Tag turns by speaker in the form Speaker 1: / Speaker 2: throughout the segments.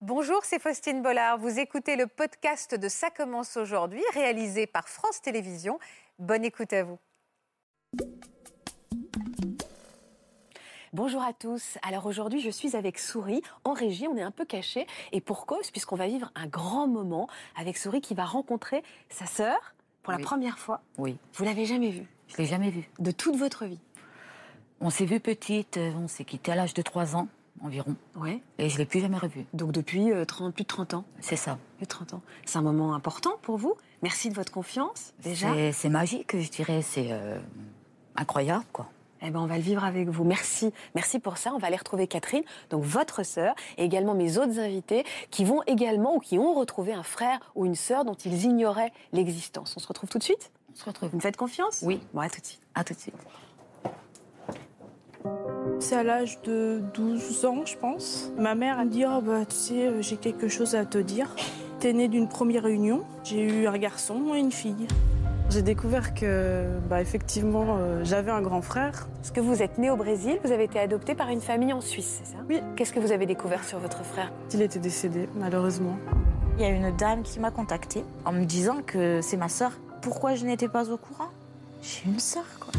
Speaker 1: Bonjour, c'est Faustine Bollard. Vous écoutez le podcast de Ça commence aujourd'hui, réalisé par France Télévisions. Bonne écoute à vous.
Speaker 2: Bonjour à tous. Alors aujourd'hui, je suis avec Souris en régie. On est un peu caché et pour cause, puisqu'on va vivre un grand moment avec Souris qui va rencontrer sa sœur pour la
Speaker 3: Oui.
Speaker 2: première fois.
Speaker 3: Oui,
Speaker 2: Vous l'avez jamais vue
Speaker 3: je l'ai jamais vu.
Speaker 2: de toute votre vie.
Speaker 3: On s'est vu petite, euh, on s'est quitté à l'âge de 3 ans environ,
Speaker 2: Ouais.
Speaker 3: et je l'ai plus jamais revu.
Speaker 2: Donc depuis euh, 30, plus de 30 ans.
Speaker 3: C'est ça.
Speaker 2: Plus de 30 ans. C'est un moment important pour vous. Merci de votre confiance. Déjà.
Speaker 3: C'est- C'est magique, je dirais. C'est euh, incroyable, quoi.
Speaker 2: Eh ben, on va le vivre avec vous. Merci. Merci pour ça. On va aller retrouver Catherine, donc votre sœur, et également mes autres invités qui vont également ou qui ont retrouvé un frère ou une sœur dont ils ignoraient l'existence. On se retrouve tout de suite
Speaker 3: On se retrouve.
Speaker 2: Vous me faites confiance
Speaker 3: Oui.
Speaker 2: Bon, à tout de suite.
Speaker 3: À tout de suite.
Speaker 4: C'est à l'âge de 12 ans, je pense. Ma mère elle me dit Oh, bah, Tu sais, euh, j'ai quelque chose à te dire. T'es née d'une première union. J'ai eu un garçon et une fille.
Speaker 5: J'ai découvert que, bah, effectivement, euh, j'avais un grand frère.
Speaker 2: Parce que vous êtes né au Brésil, vous avez été adopté par une famille en Suisse, c'est ça
Speaker 5: Oui.
Speaker 2: Qu'est-ce que vous avez découvert sur votre frère
Speaker 5: Il était décédé, malheureusement.
Speaker 6: Il y a une dame qui m'a contactée en me disant que c'est ma sœur. Pourquoi je n'étais pas au courant J'ai une sœur, quoi.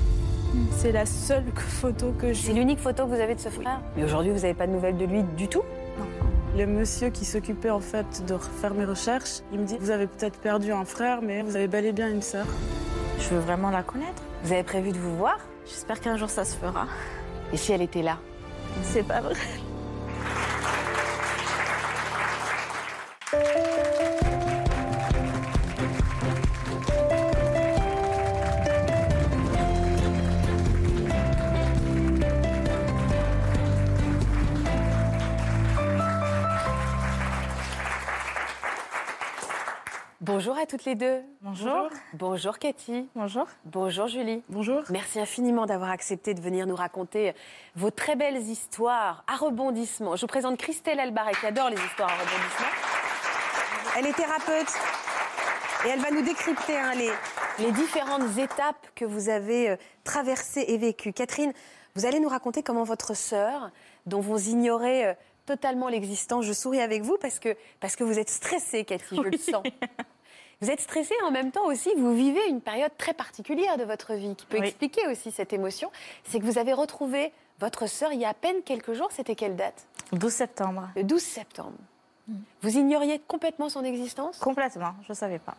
Speaker 4: C'est la seule photo que
Speaker 2: C'est
Speaker 4: j'ai.
Speaker 2: l'unique photo que vous avez de ce frère Mais aujourd'hui, vous n'avez pas de nouvelles de lui du tout
Speaker 5: Le monsieur qui s'occupait en fait de faire mes recherches, il me dit Vous avez peut-être perdu un frère, mais vous avez bel et bien une sœur.
Speaker 6: Je veux vraiment la connaître.
Speaker 2: Vous avez prévu de vous voir
Speaker 6: J'espère qu'un jour ça se fera.
Speaker 2: Et si elle était là
Speaker 6: C'est pas vrai.
Speaker 2: Bonjour à toutes les deux.
Speaker 4: Bonjour.
Speaker 2: Bonjour Cathy.
Speaker 4: Bonjour.
Speaker 2: Bonjour Julie.
Speaker 5: Bonjour.
Speaker 2: Merci infiniment d'avoir accepté de venir nous raconter vos très belles histoires à rebondissement. Je vous présente Christelle Albaret qui adore les histoires à rebondissement.
Speaker 1: Elle est thérapeute et elle va nous décrypter hein, les, les différentes étapes que vous avez euh, traversées et vécues. Catherine, vous allez nous raconter comment votre sœur, dont vous ignorez euh, totalement l'existence, je souris avec vous parce que, parce que vous êtes stressée, Cathy, je le sens. Vous êtes stressée en même temps aussi, vous vivez une période très particulière de votre vie qui peut
Speaker 4: Oui.
Speaker 2: expliquer aussi cette émotion. C'est que vous avez retrouvé votre sœur il y a à peine quelques jours, c'était quelle date
Speaker 6: 12 septembre.
Speaker 2: Le 12 septembre. Vous ignoriez complètement son existence
Speaker 6: Complètement, je savais pas.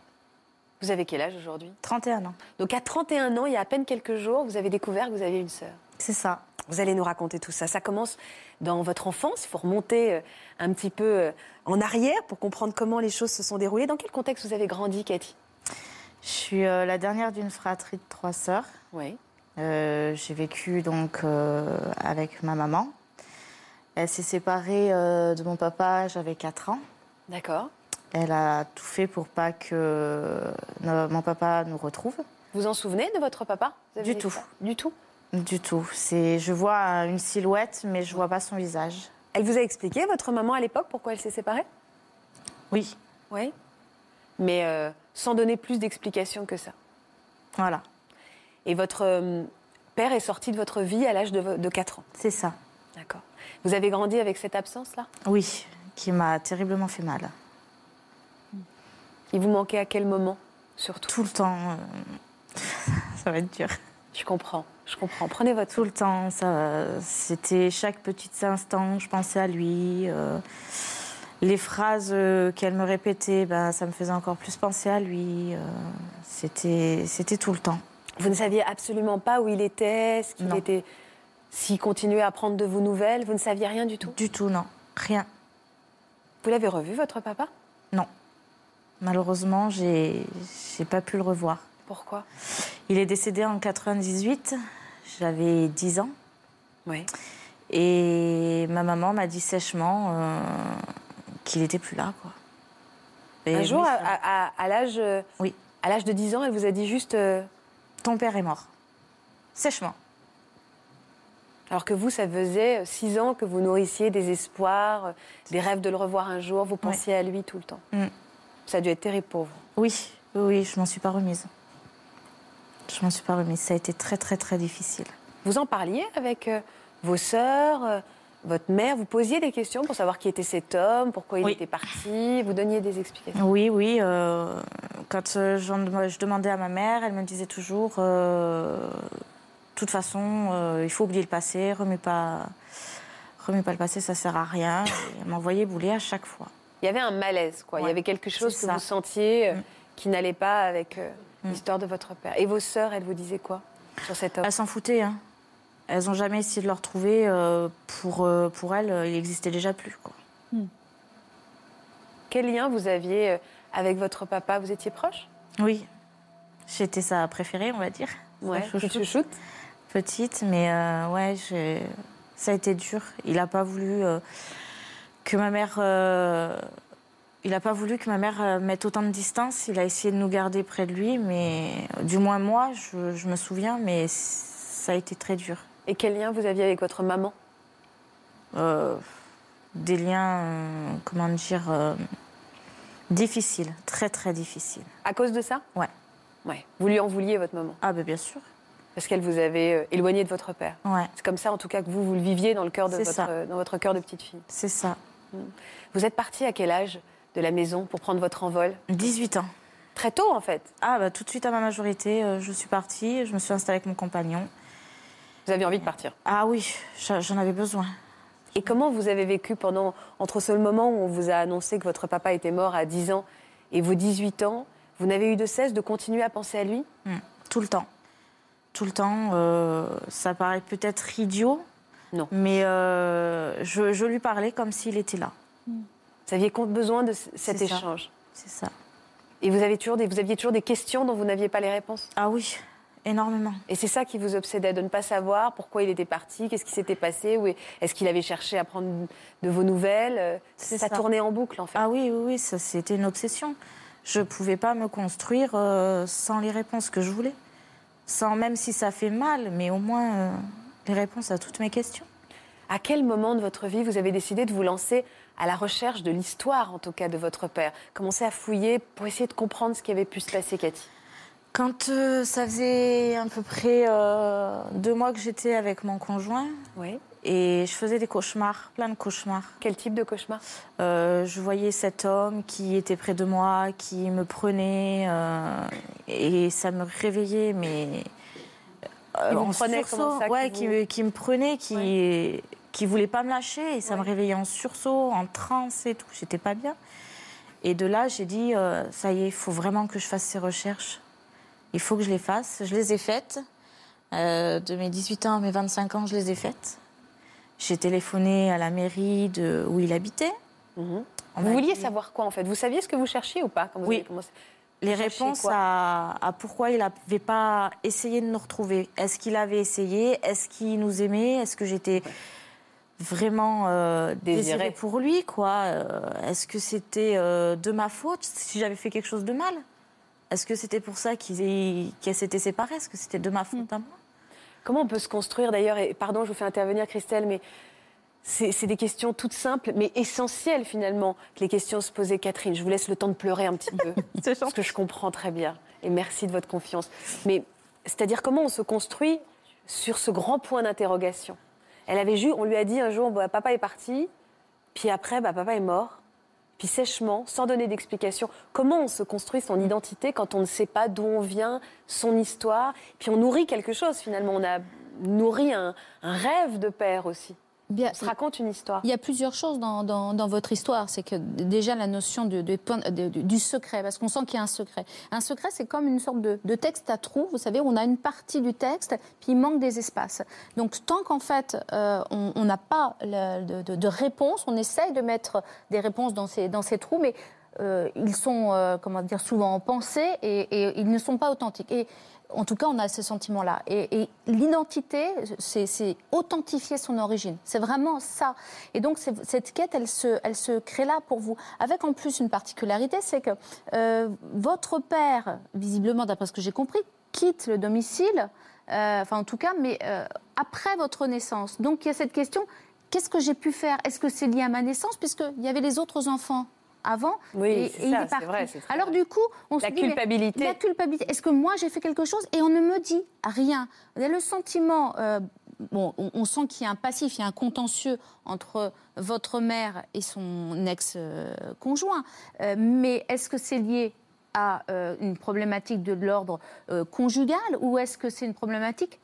Speaker 2: Vous avez quel âge aujourd'hui
Speaker 6: 31 ans.
Speaker 2: Donc à 31 ans, il y a à peine quelques jours, vous avez découvert que vous avez une sœur.
Speaker 6: C'est ça.
Speaker 2: Vous allez nous raconter tout ça. Ça commence dans votre enfance. Il faut remonter euh, un petit peu euh, en arrière pour comprendre comment les choses se sont déroulées. Dans quel contexte vous avez grandi, Cathy
Speaker 6: Je suis euh, la dernière d'une fratrie de trois sœurs.
Speaker 2: Oui.
Speaker 6: Euh, J'ai vécu donc euh, avec ma maman. Elle s'est séparée euh, de mon papa, j'avais 4 ans.
Speaker 2: D'accord.
Speaker 6: Elle a tout fait pour pas que euh, no- mon papa nous retrouve.
Speaker 2: Vous en souvenez de votre papa Vous avez
Speaker 6: Du
Speaker 2: dit
Speaker 6: tout.
Speaker 2: ça Du tout.
Speaker 6: Du tout. C'est, je vois euh, une silhouette, mais je vois pas son visage.
Speaker 2: Elle vous a expliqué, votre maman à l'époque, pourquoi elle s'est séparée
Speaker 6: Oui.
Speaker 2: Oui. Mais euh, sans donner plus d'explications que ça.
Speaker 6: Voilà.
Speaker 2: Et votre euh, père est sorti de votre vie à l'âge de, vo- de 4 ans.
Speaker 6: C'est ça.
Speaker 2: D'accord. Vous avez grandi avec cette absence-là
Speaker 6: Oui. Qui m'a terriblement fait mal.
Speaker 2: Il vous manquait à quel moment, surtout
Speaker 6: Tout le temps. euh, ça va être dur.
Speaker 2: Je comprends, je comprends. Prenez votre
Speaker 6: Tout le temps. Ça, c'était chaque petit instant, je pensais à lui. euh, les phrases euh, qu'elle me répétait, ben, ça me faisait encore plus penser à lui. euh, c'était, c'était tout le temps.
Speaker 2: Vous ne saviez absolument pas où il était, ce qu'il
Speaker 6: Non.
Speaker 2: était, s'il continuait à prendre de vos nouvelles. Vous ne saviez rien du tout.
Speaker 6: Du tout, non. Rien.
Speaker 2: Vous l'avez revu, votre papa
Speaker 6: Malheureusement, j'ai, j'ai pas pu le revoir.
Speaker 2: Pourquoi
Speaker 6: Il est décédé en 98. J'avais 10 ans.
Speaker 2: Oui.
Speaker 6: Et ma maman m'a dit sèchement euh, qu'il n'était plus là, quoi. Et
Speaker 2: Un
Speaker 6: oui,
Speaker 2: jour, à,
Speaker 6: ça-
Speaker 2: à- à- à l'âge, euh,
Speaker 6: Oui.
Speaker 2: à l'âge de 10 ans, elle vous a dit juste, euh,
Speaker 6: Ton père est mort. Sèchement.
Speaker 2: alors que vous, ça faisait 6 ans que vous nourrissiez des espoirs, euh, des rêves de le revoir un jour, vous pensiez à lui tout le temps.
Speaker 6: Mm.
Speaker 2: Ça a dû être terrible pour vous.
Speaker 6: Oui, oui, oui, je m'en suis pas remise. Je m'en suis pas remise. Ça a été très, très, très difficile.
Speaker 2: Vous en parliez avec euh, vos sœurs, euh, votre mère, vous posiez des questions pour savoir qui était cet homme, pourquoi il
Speaker 6: Oui.
Speaker 2: était parti, vous donniez des explications.
Speaker 6: Oui, oui. euh, quand euh, j'en- je demandais à ma mère, elle me disait toujours, euh, de toute façon, euh, il faut oublier le passé, remets pas, remets pas le passé, ça sert à rien. Et elle m'envoyait bouler à chaque fois.
Speaker 2: Il y avait un malaise, quoi. Il y
Speaker 6: Ouais,
Speaker 2: avait quelque chose que
Speaker 6: c'est ça.
Speaker 2: vous sentiez euh,
Speaker 6: Mm.
Speaker 2: qui n'allait pas avec euh,
Speaker 6: Mm.
Speaker 2: l'histoire de votre père. Et vos sœurs, elles vous disaient quoi sur cet homme
Speaker 6: Elles s'en foutaient. hein. Elles n'ont jamais essayé de le retrouver. euh, pour, euh, pour elles, euh, il existait déjà plus. quoi.
Speaker 2: Quel lien vous aviez euh, avec votre papa Vous étiez proche
Speaker 6: Oui, j'étais sa préférée, on va dire.
Speaker 2: Ouais,
Speaker 6: chouchoute.
Speaker 2: petite chouchoute.
Speaker 6: petite, mais euh, ouais, j'ai- ça a été dur. Il n'a pas voulu euh, que ma mère, euh, il a pas voulu que ma mère euh, mette autant de distance. Il a essayé de nous garder près de lui, mais du moins moi, je, je me souviens, mais c- ça a été très dur.
Speaker 2: Et quel lien vous aviez avec votre maman
Speaker 6: Euh, des liens, euh, comment dire, euh, difficiles, très très difficiles.
Speaker 2: À cause de ça
Speaker 6: Ouais.
Speaker 2: Ouais. Vous lui en vouliez, votre maman,
Speaker 6: Ah ben bien sûr.
Speaker 2: parce qu'elle vous avait euh, éloigné de votre père.
Speaker 6: Ouais,
Speaker 2: C'est comme ça, en tout cas, que vous, vous le viviez dans le cœur de
Speaker 6: C'est
Speaker 2: votre,
Speaker 6: ça.
Speaker 2: euh, dans votre cœur de petite fille.
Speaker 6: c'est ça.
Speaker 2: Vous êtes partie à quel âge de la maison pour prendre votre envol
Speaker 6: 18 ans.
Speaker 2: Très tôt, en fait.
Speaker 6: Ah bah tout de suite à ma majorité, euh, je suis partie, je me suis installée avec mon compagnon.
Speaker 2: Vous aviez envie de partir.
Speaker 6: Ah oui, j'a- j'en avais besoin.
Speaker 2: Et comment vous avez vécu pendant, entre ce moment où on vous a annoncé que votre papa était mort à 10 ans et vos 18 ans, vous n'avez eu de cesse de continuer à penser à lui
Speaker 6: Tout le temps. Tout le temps. euh, ça paraît peut-être idiot.
Speaker 2: Non.
Speaker 6: Mais euh, je, je lui parlais comme s'il était là.
Speaker 2: Vous aviez con- besoin de c- cet
Speaker 6: C'est ça.
Speaker 2: échange.
Speaker 6: C'est ça.
Speaker 2: Et vous, avez toujours des, vous aviez toujours des questions dont vous n'aviez pas les réponses.
Speaker 6: Ah oui, énormément.
Speaker 2: Et c'est ça qui vous obsédait, de ne pas savoir pourquoi il était parti, qu'est-ce qui s'était passé, ou est-ce qu'il avait cherché à prendre de vos nouvelles. euh,
Speaker 6: C'est
Speaker 2: ça,
Speaker 6: ça.
Speaker 2: tournait en boucle, en fait.
Speaker 6: Ah oui, oui, oui, ça c'était une obsession. Je pouvais pas me construire euh, sans les réponses que je voulais. Sans même si ça fait mal, mais au moins euh, les réponses à toutes mes questions.
Speaker 2: À quel moment de votre vie vous avez décidé de vous lancer à la recherche de l'histoire, en tout cas, de votre père Commencer à fouiller pour essayer de comprendre ce qui avait pu se passer, Cathy.
Speaker 6: Quand euh, ça faisait à peu près euh, deux mois que j'étais avec mon conjoint
Speaker 2: Oui.
Speaker 6: et je faisais des cauchemars, plein de cauchemars.
Speaker 2: Quel type de cauchemar
Speaker 6: Euh, je voyais cet homme qui était près de moi, qui me prenait euh, et ça me réveillait, mais euh,
Speaker 2: Qui vous
Speaker 6: en
Speaker 2: prenait,
Speaker 6: sursaut.
Speaker 2: comment ça,
Speaker 6: ouais,
Speaker 2: qui
Speaker 6: qui,
Speaker 2: vous-
Speaker 6: me- qui me prenait, qui qui voulait pas me lâcher et ça me
Speaker 2: Ouais.
Speaker 6: réveillait en sursaut, en transe et tout. J'étais pas bien. Et de là, j'ai dit euh, ça y est, il faut vraiment que je fasse ces recherches. Il faut que je les fasse. Je les ai faites. Euh, de mes 18 ans à mes 25 ans, je les ai faites. J'ai téléphoné à la mairie de où il habitait.
Speaker 2: Mhm.
Speaker 6: On
Speaker 2: Vous
Speaker 6: m'a
Speaker 2: vouliez
Speaker 6: dit-
Speaker 2: savoir quoi, en fait Vous saviez ce que vous cherchiez ou pas quand vous
Speaker 6: Oui.
Speaker 2: avez commencé
Speaker 6: les
Speaker 2: chercher
Speaker 6: réponses
Speaker 2: quoi
Speaker 6: à, à pourquoi il n'avait pas essayé de nous retrouver. Est-ce qu'il avait essayé Est-ce qu'il nous aimait Est-ce que j'étais vraiment euh, désirée.
Speaker 2: Désirée.
Speaker 6: pour lui quoi Euh, Est-ce que c'était euh, de ma faute si j'avais fait quelque chose de mal Est-ce que c'était pour ça qu'ils qu'elle s'était séparée Est-ce que c'était de ma faute
Speaker 2: Mm.
Speaker 6: à moi
Speaker 2: Comment on peut se construire d'ailleurs Et pardon, je vous fais intervenir, Christelle, mais c'est c'est des questions toutes simples, mais essentielles finalement, que les questions se posaient. Catherine, je vous laisse le temps de pleurer un petit peu, parce que je comprends très bien, et merci de votre confiance. Mais c'est-à-dire comment on se construit sur ce grand point d'interrogation Elle avait juste, on lui a dit un jour, bah, papa est parti, puis après, bah, papa est mort. Puis sèchement, sans donner d'explication, comment on se construit son identité quand on ne sait pas d'où on vient, son histoire, puis on nourrit quelque chose finalement, on a nourri un, un rêve de père aussi.
Speaker 7: Bien,
Speaker 2: On se raconte une histoire.
Speaker 7: il y a plusieurs choses dans, dans- dans votre histoire. C'est que déjà la notion de- de point- de- de- du secret, parce qu'on sent qu'il y a un secret. Un secret, c'est comme une sorte de, de texte à trous. Vous savez, on a une partie du texte, puis il manque des espaces. Donc, tant qu'en fait, euh, on on n'a pas la- de, de- de réponse, on essaye de mettre des réponses dans ces, dans ces trous, mais euh, ils sont, euh, comment dire, souvent pensés et, et ils ne sont pas authentiques. Et en tout cas, on a ce sentiment-là. Et, et l'identité, c'est c'est authentifier son origine. C'est vraiment ça. Et donc, c'est- cette quête, elle se, elle se crée là pour vous. Avec en plus une particularité, c'est que euh, votre père, visiblement, d'après ce que j'ai compris, quitte le domicile, euh, enfin en tout cas, mais euh, après votre naissance. Donc, il y a cette question, qu'est-ce que j'ai pu faire Est-ce que c'est lié à ma naissance Puisqu'il y avait les autres enfants avant
Speaker 2: Oui,
Speaker 7: et,
Speaker 2: c'est
Speaker 7: et il
Speaker 2: ça,
Speaker 7: est
Speaker 2: c'est
Speaker 7: parti.
Speaker 2: vrai, c'est très
Speaker 7: Alors
Speaker 2: vrai.
Speaker 7: du coup, on
Speaker 2: La
Speaker 7: se dit mais-
Speaker 2: culpabilité.
Speaker 7: la culpabilité. Est-ce que moi j'ai fait quelque chose et on ne me dit rien On a le sentiment euh, bon, on, on sent qu'il y a un passif, il y a un contentieux entre votre mère et son ex-conjoint. Euh, mais est-ce que c'est lié à euh, une problématique de l'ordre euh, conjugal ou est-ce que c'est une problématique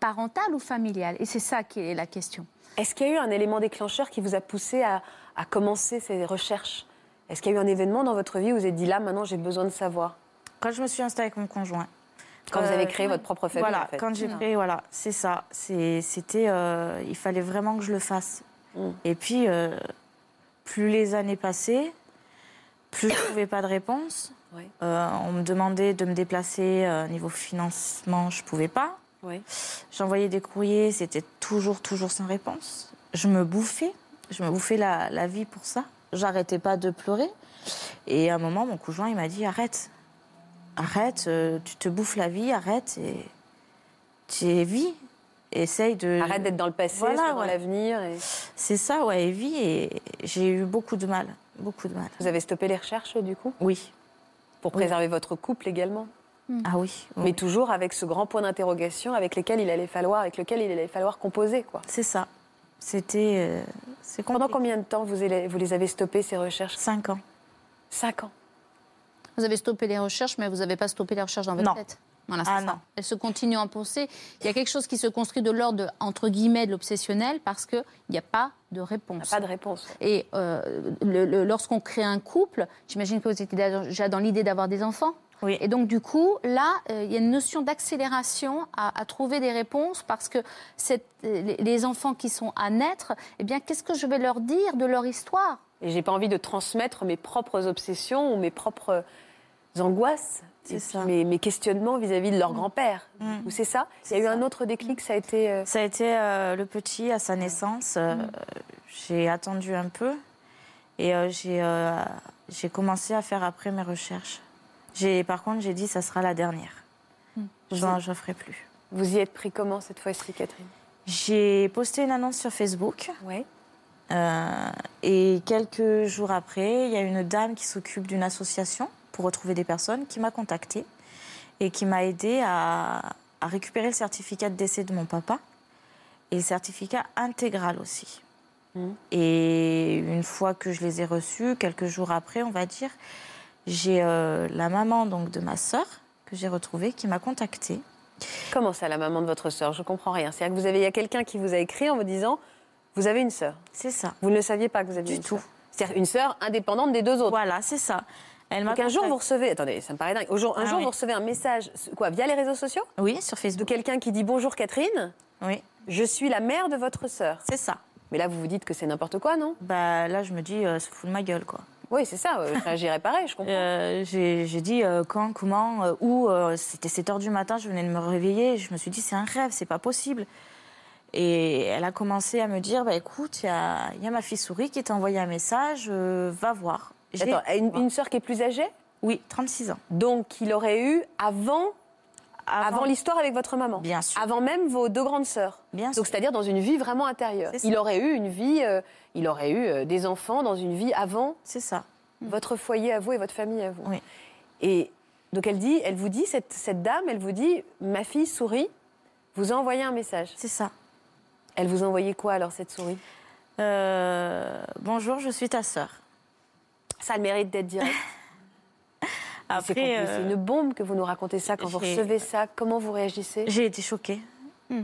Speaker 7: parentale ou familiale Et c'est ça qui est la question.
Speaker 2: Est-ce qu'il y a eu un élément déclencheur qui vous a poussé à, à commencer ces recherches Est-ce qu'il y a eu un événement dans votre vie où vous avez dit là, maintenant j'ai besoin de savoir
Speaker 6: Quand je me suis installée avec mon conjoint.
Speaker 2: Quand vous avez créé votre propre famille
Speaker 6: Euh, Voilà,
Speaker 2: en fait.
Speaker 6: quand j'ai
Speaker 7: Non.
Speaker 6: pris, voilà, c'est ça. C'est- C'était, euh, il fallait vraiment que je le fasse.
Speaker 2: Mm.
Speaker 6: Et puis, euh, plus les années passaient, plus je trouvais pas de réponse.
Speaker 2: Ouais.
Speaker 6: Euh, on me demandait de me déplacer euh, niveau financement, je pouvais pas.
Speaker 2: Ouais.
Speaker 6: J'envoyais des courriers, c'était toujours, toujours sans réponse. Je me bouffais, je me bouffais la, la vie pour ça. J'arrêtais pas de pleurer. Et à un moment, mon conjoint, il m'a dit arrête, arrête, euh, tu te bouffes la vie, arrête et tu vis. Essaye de.
Speaker 2: Arrête d'être dans le passé,
Speaker 6: Voilà,
Speaker 2: sois dans
Speaker 6: ouais.
Speaker 2: l'avenir. et-
Speaker 6: C'est ça, ouais, et vis. Et j'ai eu beaucoup de mal, beaucoup de mal.
Speaker 2: Vous avez stoppé les recherches du coup
Speaker 6: Oui.
Speaker 2: Pour préserver votre couple également
Speaker 6: Ah oui. oui.
Speaker 2: Hmm. Mais toujours avec ce grand point d'interrogation avec lequel il allait falloir, avec lequel il allait falloir composer. Quoi.
Speaker 6: C'est ça. C'était. euh, c'est
Speaker 2: Pendant
Speaker 6: compliqué.
Speaker 2: combien de temps vous, allez- vous les avez stoppées, ces recherches
Speaker 6: Cinq ans.
Speaker 2: Cinq ans.
Speaker 7: Vous avez stoppé les recherches, mais vous n'avez pas stoppé les recherches dans votre
Speaker 6: Non.
Speaker 7: tête. Voilà,
Speaker 6: Ah
Speaker 7: c'est
Speaker 6: non.
Speaker 7: ça. Elles se continuent à penser. Il y a quelque chose qui se construit de l'ordre, de, entre guillemets, de l'obsessionnel parce qu'il n'y a pas de réponse.
Speaker 2: Pas de réponse.
Speaker 7: Et euh, le- le- lorsqu'on crée un couple, j'imagine que vous étiez déjà dans l'idée d'avoir des enfants.
Speaker 6: Oui.
Speaker 7: Et donc, du coup, là, euh, il y a une notion d'accélération à, à trouver des réponses parce que cette- euh, les, les enfants qui sont à naître, eh bien, qu'est-ce que je vais leur dire de leur histoire
Speaker 2: Et j'ai pas envie de transmettre mes propres obsessions ou mes propres angoisses,
Speaker 6: C'est
Speaker 2: et puis
Speaker 6: ça. Mm.
Speaker 2: Mes, mes questionnements vis-à-vis de leur grand-père. Ou c'est ça Il y a eu
Speaker 6: ça.
Speaker 2: un autre déclic, ça a été. euh,
Speaker 6: Ça a été euh, le petit à sa naissance. euh, J'ai attendu un peu et euh, j'ai euh, j'ai commencé à faire après mes recherches. J'ai par contre j'ai dit ça sera la dernière. J'en j'en ferai plus.
Speaker 2: Vous y êtes pris comment cette fois-ci, Catherine
Speaker 6: J'ai posté une annonce sur Facebook
Speaker 2: Ouais.
Speaker 6: euh, et quelques jours après, il y a une dame qui s'occupe d'une association pour retrouver des personnes qui m'a contactée et qui m'a aidée à, à récupérer le certificat de décès de mon papa et le certificat intégral aussi.
Speaker 2: Mhm.
Speaker 6: Et une fois que je les ai reçus, quelques jours après, on va dire, j'ai euh, la maman donc de ma sœur que j'ai retrouvée qui m'a contactée.
Speaker 2: Comment ça, la maman de votre sœur Je comprends rien. C'est-à-dire que vous avez, il y a quelqu'un qui vous a écrit en vous disant Vous avez une sœur.
Speaker 6: C'est ça.
Speaker 2: Vous ne le saviez pas que vous aviez
Speaker 6: Du
Speaker 2: une
Speaker 6: tout.
Speaker 2: sœur. C'est-à-dire une sœur indépendante des deux autres.
Speaker 6: Voilà, c'est ça. Elle m'a
Speaker 2: Donc un jour, vous
Speaker 6: contactée.
Speaker 2: recevez. Attendez, ça me paraît dingue. Au jour- un
Speaker 6: Ah
Speaker 2: jour,
Speaker 6: oui.
Speaker 2: vous recevez un message, quoi, via les réseaux sociaux
Speaker 6: Oui, sur
Speaker 2: De
Speaker 6: Facebook.
Speaker 2: quelqu'un qui dit Bonjour Catherine,
Speaker 6: Oui,
Speaker 2: je suis la mère de votre sœur.
Speaker 6: c'est ça.
Speaker 2: Mais là, vous vous dites que c'est n'importe quoi, non
Speaker 6: Bah là, je me dis, euh, se fout de ma gueule, quoi.
Speaker 2: Oui, c'est ça, euh, je réagirais pareil, je comprends.
Speaker 6: Euh, J'ai j'ai dit euh, quand, comment, euh, où. euh, C'était 7 heures du matin, je venais de me réveiller. Je me suis dit, c'est un rêve, c'est pas possible. Et elle a commencé à me dire, bah écoute, il y a, il y a ma fille souris qui t'a envoyé un message, euh, va voir. J'ai-
Speaker 2: Attends, une, une sœur qui est plus âgée,
Speaker 6: Oui, 36 ans.
Speaker 2: donc il aurait eu avant, avant, l'histoire avec votre maman.
Speaker 6: Bien sûr.
Speaker 2: Avant même vos deux grandes sœurs.
Speaker 6: Bien
Speaker 2: Donc
Speaker 6: sûr.
Speaker 2: c'est-à-dire dans une vie vraiment intérieure.
Speaker 6: C'est ça.
Speaker 2: Il aurait eu une vie, euh, il aurait eu euh, des enfants dans une vie avant
Speaker 6: C'est ça.
Speaker 2: votre foyer à vous et votre famille à vous.
Speaker 6: Mm. Oui.
Speaker 2: Et donc elle dit, elle vous dit cette, cette dame, elle vous dit, ma fille souris, vous a envoyé un message.
Speaker 6: C'est ça.
Speaker 2: Elle vous a envoyé quoi alors cette souris
Speaker 6: Euh, bonjour, je suis ta sœur.
Speaker 2: Ça a le mérite d'être direct. Mais c'est compli-
Speaker 6: euh,
Speaker 2: c'est une bombe que vous nous racontez ça quand vous
Speaker 6: j'ai-
Speaker 2: recevez ça. Comment vous réagissez
Speaker 6: J'ai été choquée.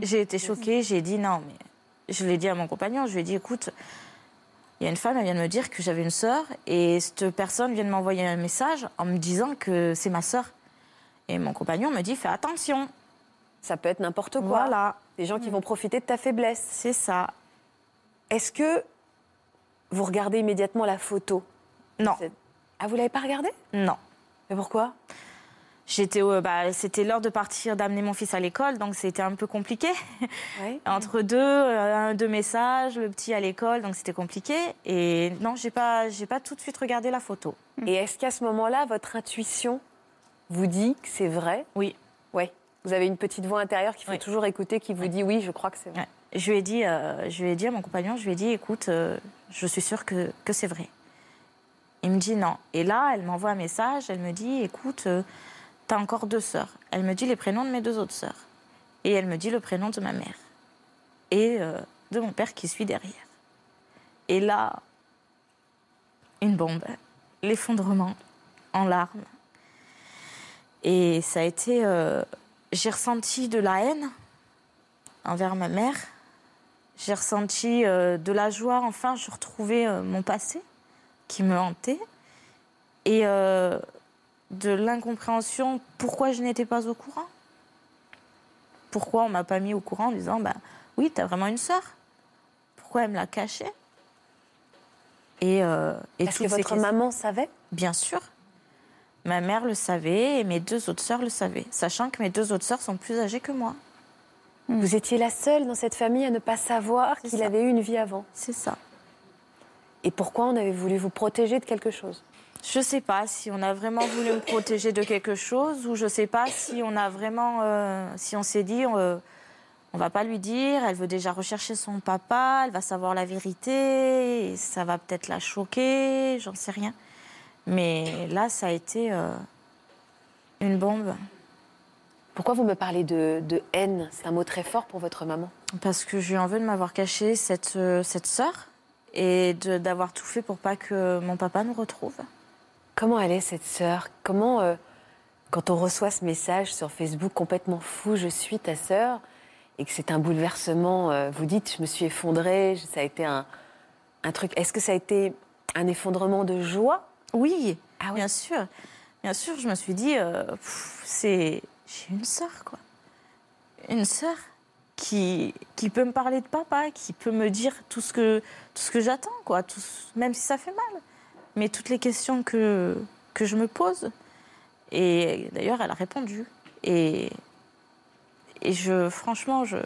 Speaker 6: J'ai été choquée, j'ai dit non, mais je l'ai dit à mon compagnon, je lui ai dit écoute, il y a une femme, elle vient de me dire que j'avais une sœur et cette personne vient de m'envoyer un message en me disant que c'est ma sœur. Et mon compagnon me dit fais attention.
Speaker 2: Ça peut être n'importe quoi.
Speaker 6: Voilà, Mm.
Speaker 2: Des gens qui vont profiter de ta faiblesse.
Speaker 6: c'est ça.
Speaker 2: Est-ce que vous regardez immédiatement la photo
Speaker 6: Non,
Speaker 2: C'est- Ah, vous l'avez pas regardée
Speaker 6: non.
Speaker 2: Mais pourquoi
Speaker 6: J'étais, au- bah, c'était l'heure de partir, d'amener mon fils à l'école, donc c'était un peu compliqué.
Speaker 2: Ouais.
Speaker 6: Entre deux, euh, un, deux messages, le petit à l'école, donc c'était compliqué. Et non, j'ai pas, j'ai pas tout de suite regardé la photo.
Speaker 2: Et est-ce qu'à ce moment-là, votre intuition vous dit que c'est vrai
Speaker 6: Oui.
Speaker 2: Ouais. Vous avez une petite voix intérieure qu'il faut
Speaker 6: Oui.
Speaker 2: toujours écouter qui vous dit oui, je crois que c'est vrai.
Speaker 6: Ouais. Je lui ai dit, euh, je lui ai dit à mon compagnon, je lui ai dit, écoute, euh, je suis sûre que, que c'est vrai. Il me dit non. Et là, elle m'envoie un message, elle me dit, écoute, euh, t'as encore deux sœurs. Elle me dit les prénoms de mes deux autres sœurs. Et elle me dit le prénom de ma mère. et euh, de mon père qui suit derrière. Et là, une bombe, l'effondrement, en larmes. Et ça a été. euh, j'ai ressenti de la haine envers ma mère. J'ai ressenti euh, de la joie. Enfin, je retrouvais euh, mon passé qui me hantait. Et euh, de l'incompréhension pourquoi je n'étais pas au courant. Pourquoi on m'a pas mis au courant en disant bah oui, t'as vraiment une sœur. Pourquoi elle me l'a cachée Et, euh, et
Speaker 1: Est-ce que
Speaker 6: toutes ces
Speaker 1: votre
Speaker 6: questions-
Speaker 1: maman savait
Speaker 6: Bien sûr. Ma mère le savait et mes deux autres sœurs le savaient, sachant que mes deux autres sœurs sont plus âgées que moi.
Speaker 1: Vous étiez la seule dans cette famille à ne pas savoir
Speaker 6: Mm. C'est
Speaker 1: qu'il
Speaker 6: ça.
Speaker 1: avait eu une vie avant.
Speaker 6: C'est ça.
Speaker 1: Et pourquoi on avait voulu vous protéger de quelque chose
Speaker 6: Je sais pas si on a vraiment voulu me protéger de quelque chose ou je sais pas si on a vraiment euh, si on s'est dit euh, on va pas lui dire, elle veut déjà rechercher son papa, elle va savoir la vérité, et ça va peut-être la choquer, j'en sais rien. Mais là ça a été euh, une bombe.
Speaker 2: Pourquoi vous me parlez de, de haine C'est un mot très fort pour votre maman.
Speaker 6: Parce que je lui en veux de m'avoir caché cette, euh, cette sœur et de- d'avoir tout fait pour pas que mon papa nous retrouve.
Speaker 2: Comment elle est cette sœur Comment, euh, quand on reçoit ce message sur Facebook complètement fou, je suis ta sœur, et que c'est un bouleversement, euh, vous dites, je me suis effondrée, je- ça a été un, un truc. Est-ce que ça a été un effondrement de joie
Speaker 6: Oui,
Speaker 2: Ah oui.
Speaker 6: bien sûr. Bien sûr, je me suis dit, euh, pff, c'est. J'ai une sœur, quoi. Une sœur qui, qui peut me parler de papa, qui peut me dire tout ce que, tout ce que j'attends, quoi. Tout, ce- même si ça fait mal. Mais toutes les questions que, que je me pose. Et d'ailleurs, elle a répondu. Et. Et je. Franchement, je.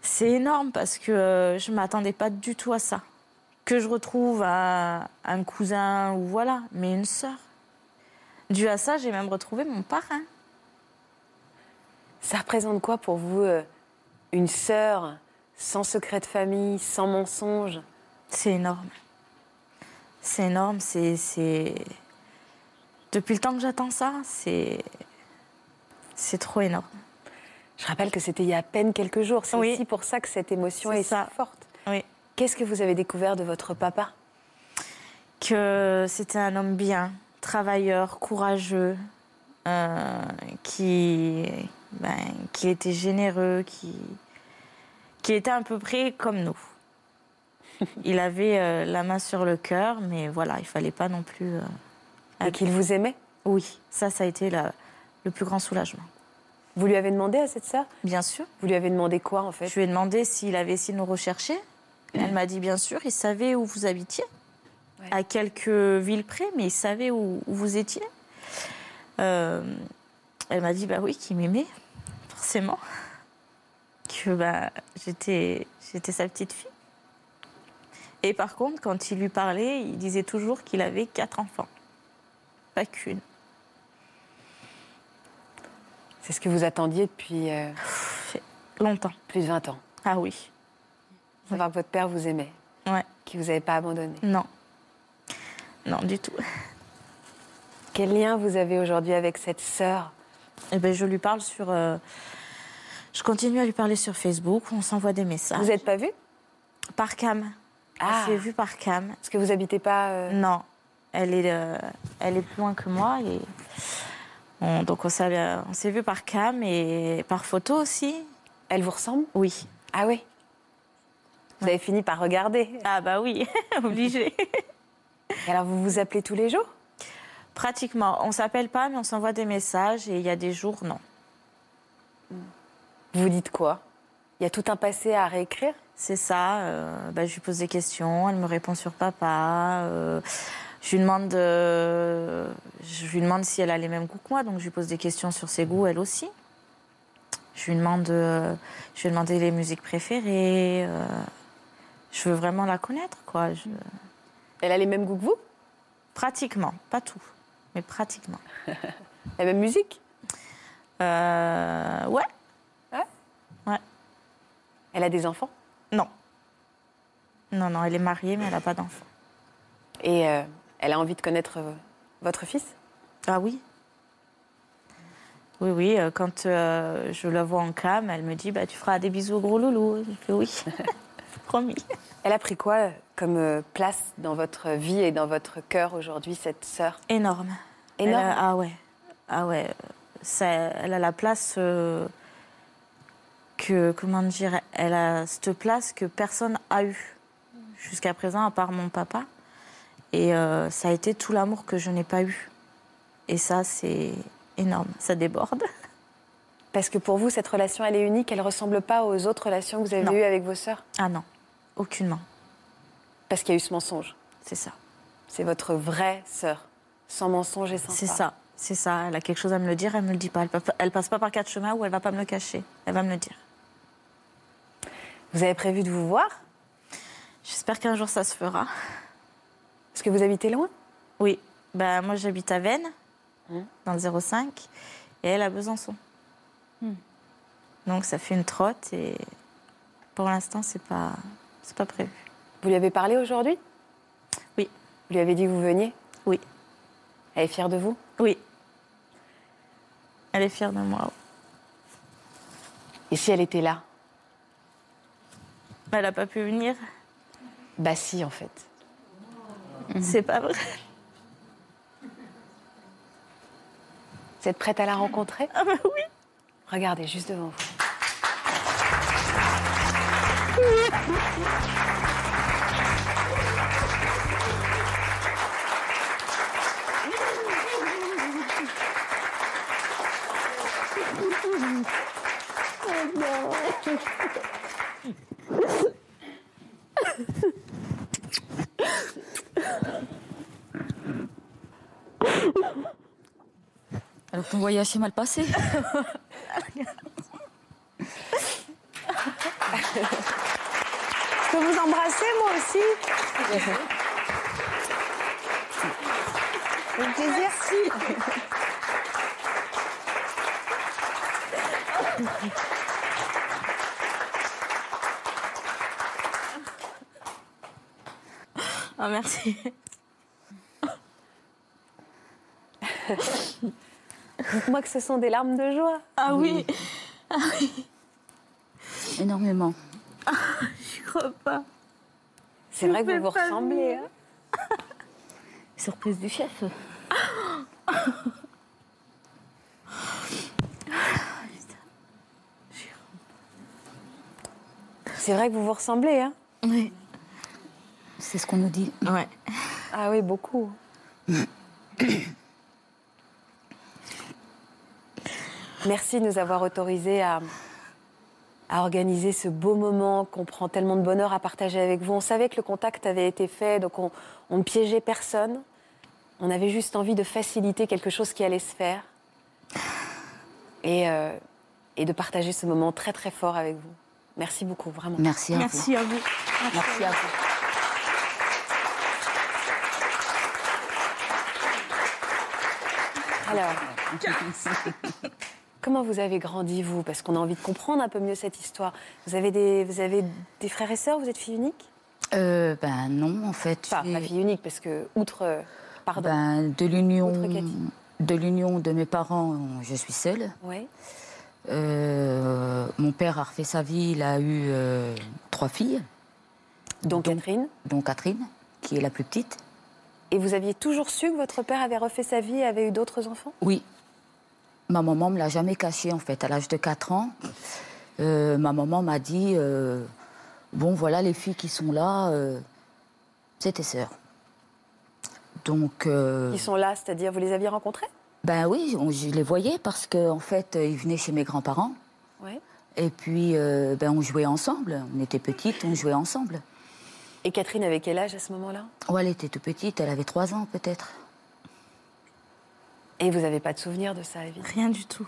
Speaker 6: C'est énorme parce que euh, je m'attendais pas du tout à ça que je retrouve à un cousin ou voilà, mais une sœur. Dû à ça, j'ai même retrouvé mon parrain.
Speaker 2: Ça représente quoi pour vous euh, une sœur sans secret de famille, sans mensonge
Speaker 6: C'est énorme. C'est énorme, c'est, c'est... Depuis le temps que j'attends ça, c'est... C'est trop énorme.
Speaker 2: Je rappelle que c'était il y a à peine quelques jours. C'est
Speaker 6: Oui.
Speaker 2: aussi pour ça que cette émotion
Speaker 6: C'est
Speaker 2: est,
Speaker 6: ça.
Speaker 2: si forte.
Speaker 6: Oui.
Speaker 2: Qu'est-ce que vous avez découvert de votre papa
Speaker 6: que c'était un homme bien, travailleur, courageux, euh, qui, ben, qui était généreux, qui, qui était à peu près comme nous. Il avait euh, la main sur le cœur, mais voilà, il fallait pas non plus. euh,
Speaker 2: Et qu'il vous aimait
Speaker 6: Oui, ça, ça a été la- le plus grand soulagement.
Speaker 2: Vous lui avez demandé à cette sœur
Speaker 6: Bien sûr.
Speaker 2: Vous lui avez demandé quoi en fait
Speaker 6: Je lui ai demandé s'il avait essayé de nous rechercher. Elle m'a dit bien sûr, il savait où vous habitiez, à quelques villes près, mais il savait où, où vous étiez. Euh, elle m'a dit bah oui, qu'il m'aimait, forcément, que bah, j'étais j'étais sa petite fille. Et par contre, quand il lui parlait, il disait toujours qu'il avait quatre enfants, pas qu'une.
Speaker 2: C'est ce que vous attendiez depuis euh,
Speaker 6: Longtemps.
Speaker 2: plus de 20 ans.
Speaker 6: Ah oui,
Speaker 2: Savoir que votre père vous aimait,
Speaker 6: ouais, Mm.
Speaker 2: qu'il vous avait pas abandonné.
Speaker 6: non, non du tout.
Speaker 2: Quel lien vous avez aujourd'hui avec cette sœur
Speaker 6: Eh ben, je lui parle sur. euh, Je continue à lui parler sur Facebook. On s'envoie des messages.
Speaker 2: Vous n'êtes pas vue
Speaker 6: par cam.
Speaker 2: Ah.
Speaker 6: J'ai vu par cam.
Speaker 2: Parce que vous habitez pas. euh,
Speaker 6: Non, elle est, euh, elle est plus loin que moi et on- donc on s'est, euh, on s'est vu par cam et par photo aussi.
Speaker 2: Elle vous ressemble
Speaker 6: Oui.
Speaker 2: Ah oui Vous avez fini par regarder.
Speaker 6: Ah bah oui, obligé.
Speaker 2: Et alors vous vous appelez tous les jours
Speaker 6: Pratiquement, on s'appelle pas mais on s'envoie des messages et il y a des jours non.
Speaker 2: Vous vous dites quoi Il y a tout un passé à réécrire
Speaker 6: C'est ça. euh, bah, je lui pose des questions, elle me répond sur papa. euh, je lui demande, euh, je lui demande si elle a les mêmes goûts que moi, donc je lui pose des questions sur ses goûts, elle aussi. Je lui demande, euh, je lui ai demandé les musiques préférées. euh, je veux vraiment la connaître, quoi. je-
Speaker 2: Elle a les mêmes goûts que vous
Speaker 6: Pratiquement, pas tout, mais pratiquement.
Speaker 2: La même musique
Speaker 6: Euh, ouais,
Speaker 2: Elle a des enfants
Speaker 6: non. Non, non, elle est mariée, mais elle n'a pas d'enfant.
Speaker 2: Et euh, elle a envie de connaître euh, votre fils
Speaker 6: Ah oui. Ah Oui, oui, euh, quand euh, je la vois en cam, elle me dit bah, Tu feras des bisous au gros loulou. Je fais Oui, promis.
Speaker 2: Elle a pris quoi comme euh, place dans votre vie et dans votre cœur aujourd'hui, cette sœur
Speaker 6: Énorme. Elle
Speaker 2: Énorme.
Speaker 6: a- ah ouais. Ah ouais. Ça, elle a la place euh, que, comment dire, elle a cette place que personne a eue jusqu'à présent, à part mon papa. Et euh, ça a été tout l'amour que je n'ai pas eu. Et ça, c'est énorme. Ça déborde.
Speaker 2: Parce que pour vous, cette relation, elle est unique, elle ressemble pas aux autres relations que vous avez
Speaker 6: Non.
Speaker 2: eues avec vos sœurs
Speaker 6: Ah non, aucunement.
Speaker 2: Parce qu'il y a eu ce mensonge.
Speaker 6: C'est ça.
Speaker 2: C'est votre vraie sœur, sans mensonge et sans
Speaker 6: C'est
Speaker 2: part.
Speaker 6: ça. C'est ça. Elle a quelque chose à me le dire, elle me le dit pas. Elle, pa- elle passe pas par quatre chemins où elle va pas me le cacher. Elle va me le dire.
Speaker 2: Vous avez prévu de vous voir
Speaker 6: J'espère qu'un jour ça se fera.
Speaker 2: Parce que vous habitez loin
Speaker 6: Oui, bah, moi j'habite à Vennes, dans le 05, et elle à Besançon. Hmm. Donc ça fait une trotte et pour l'instant c'est pas c'est pas prévu.
Speaker 2: Vous lui avez parlé aujourd'hui
Speaker 6: Oui.
Speaker 2: Vous lui avez dit que vous veniez
Speaker 6: Oui.
Speaker 2: Elle est fière de vous
Speaker 6: Oui. Elle est fière de moi.
Speaker 2: Et si elle était là
Speaker 6: Elle a pas pu venir,
Speaker 2: Bah si, en fait.
Speaker 6: c'est pas vrai.
Speaker 2: Vous êtes prête à la rencontrer Ah bah oui Regardez, juste devant vous.
Speaker 3: Alors ton voyage s'est mal passé.
Speaker 1: Je peux vous embrasser, moi aussi Avec plaisir.
Speaker 6: Ah merci.
Speaker 2: Dites-moi que ce sont des larmes de joie.
Speaker 6: Ah oui,
Speaker 3: Énormément.
Speaker 6: je crois pas.
Speaker 2: C'est vrai que vous vous ressemblez. hein.
Speaker 3: Surprise du chef.
Speaker 2: C'est vrai que vous vous ressemblez. Hein
Speaker 3: Oui. C'est ce qu'on nous dit.
Speaker 6: Ouais.
Speaker 2: ah oui, beaucoup. Merci de nous avoir autorisés à, à organiser ce beau moment qu'on prend tellement de bonheur à partager avec vous. On savait que le contact avait été fait, donc on, on ne piégeait personne. On avait juste envie de faciliter quelque chose qui allait se faire. Et, euh, et de partager ce moment très très fort avec vous. Merci beaucoup, vraiment.
Speaker 3: Merci à vous.
Speaker 6: Merci à vous.
Speaker 3: Merci à vous.
Speaker 2: Alors, comment vous avez grandi, vous Parce qu'on a envie de comprendre un peu mieux cette histoire. Vous avez des, vous avez des frères et sœurs Vous êtes fille unique
Speaker 3: Euh, ben non, en fait.
Speaker 2: Enfin,
Speaker 3: j'ai-
Speaker 2: pas fille unique, parce que, outre. euh, Pardon.
Speaker 3: ben, de l'union
Speaker 2: Autre Cathy.
Speaker 3: de l'union de mes parents, je suis seule.
Speaker 2: Oui.
Speaker 3: Euh, mon père a refait sa vie, il a eu euh, trois filles,
Speaker 2: Donc,
Speaker 3: Donc-
Speaker 2: Catherine.
Speaker 3: dont Catherine, qui est la plus petite.
Speaker 2: Et vous aviez toujours su que votre père avait refait sa vie et avait eu d'autres enfants
Speaker 3: Oui. Ma maman me l'a jamais caché en fait. À l'âge de 4 ans, euh, ma maman m'a dit euh, Bon, voilà les filles qui sont là, euh, c'est tes sœurs. Donc. euh,
Speaker 2: Qui sont là, c'est-à-dire, vous les aviez rencontrés
Speaker 3: Ben oui, on- je les voyais parce qu'en en fait, euh, ils venaient chez mes grands-parents.
Speaker 2: Oui.
Speaker 3: Et puis, euh, ben, on jouait ensemble. On était petites, on jouait ensemble.
Speaker 2: Et Catherine avait quel âge à ce moment-là
Speaker 3: Oh, elle était toute petite, elle avait trois ans peut-être.
Speaker 2: Et vous n'avez pas de souvenir de ça, évidemment.
Speaker 6: Rien du tout.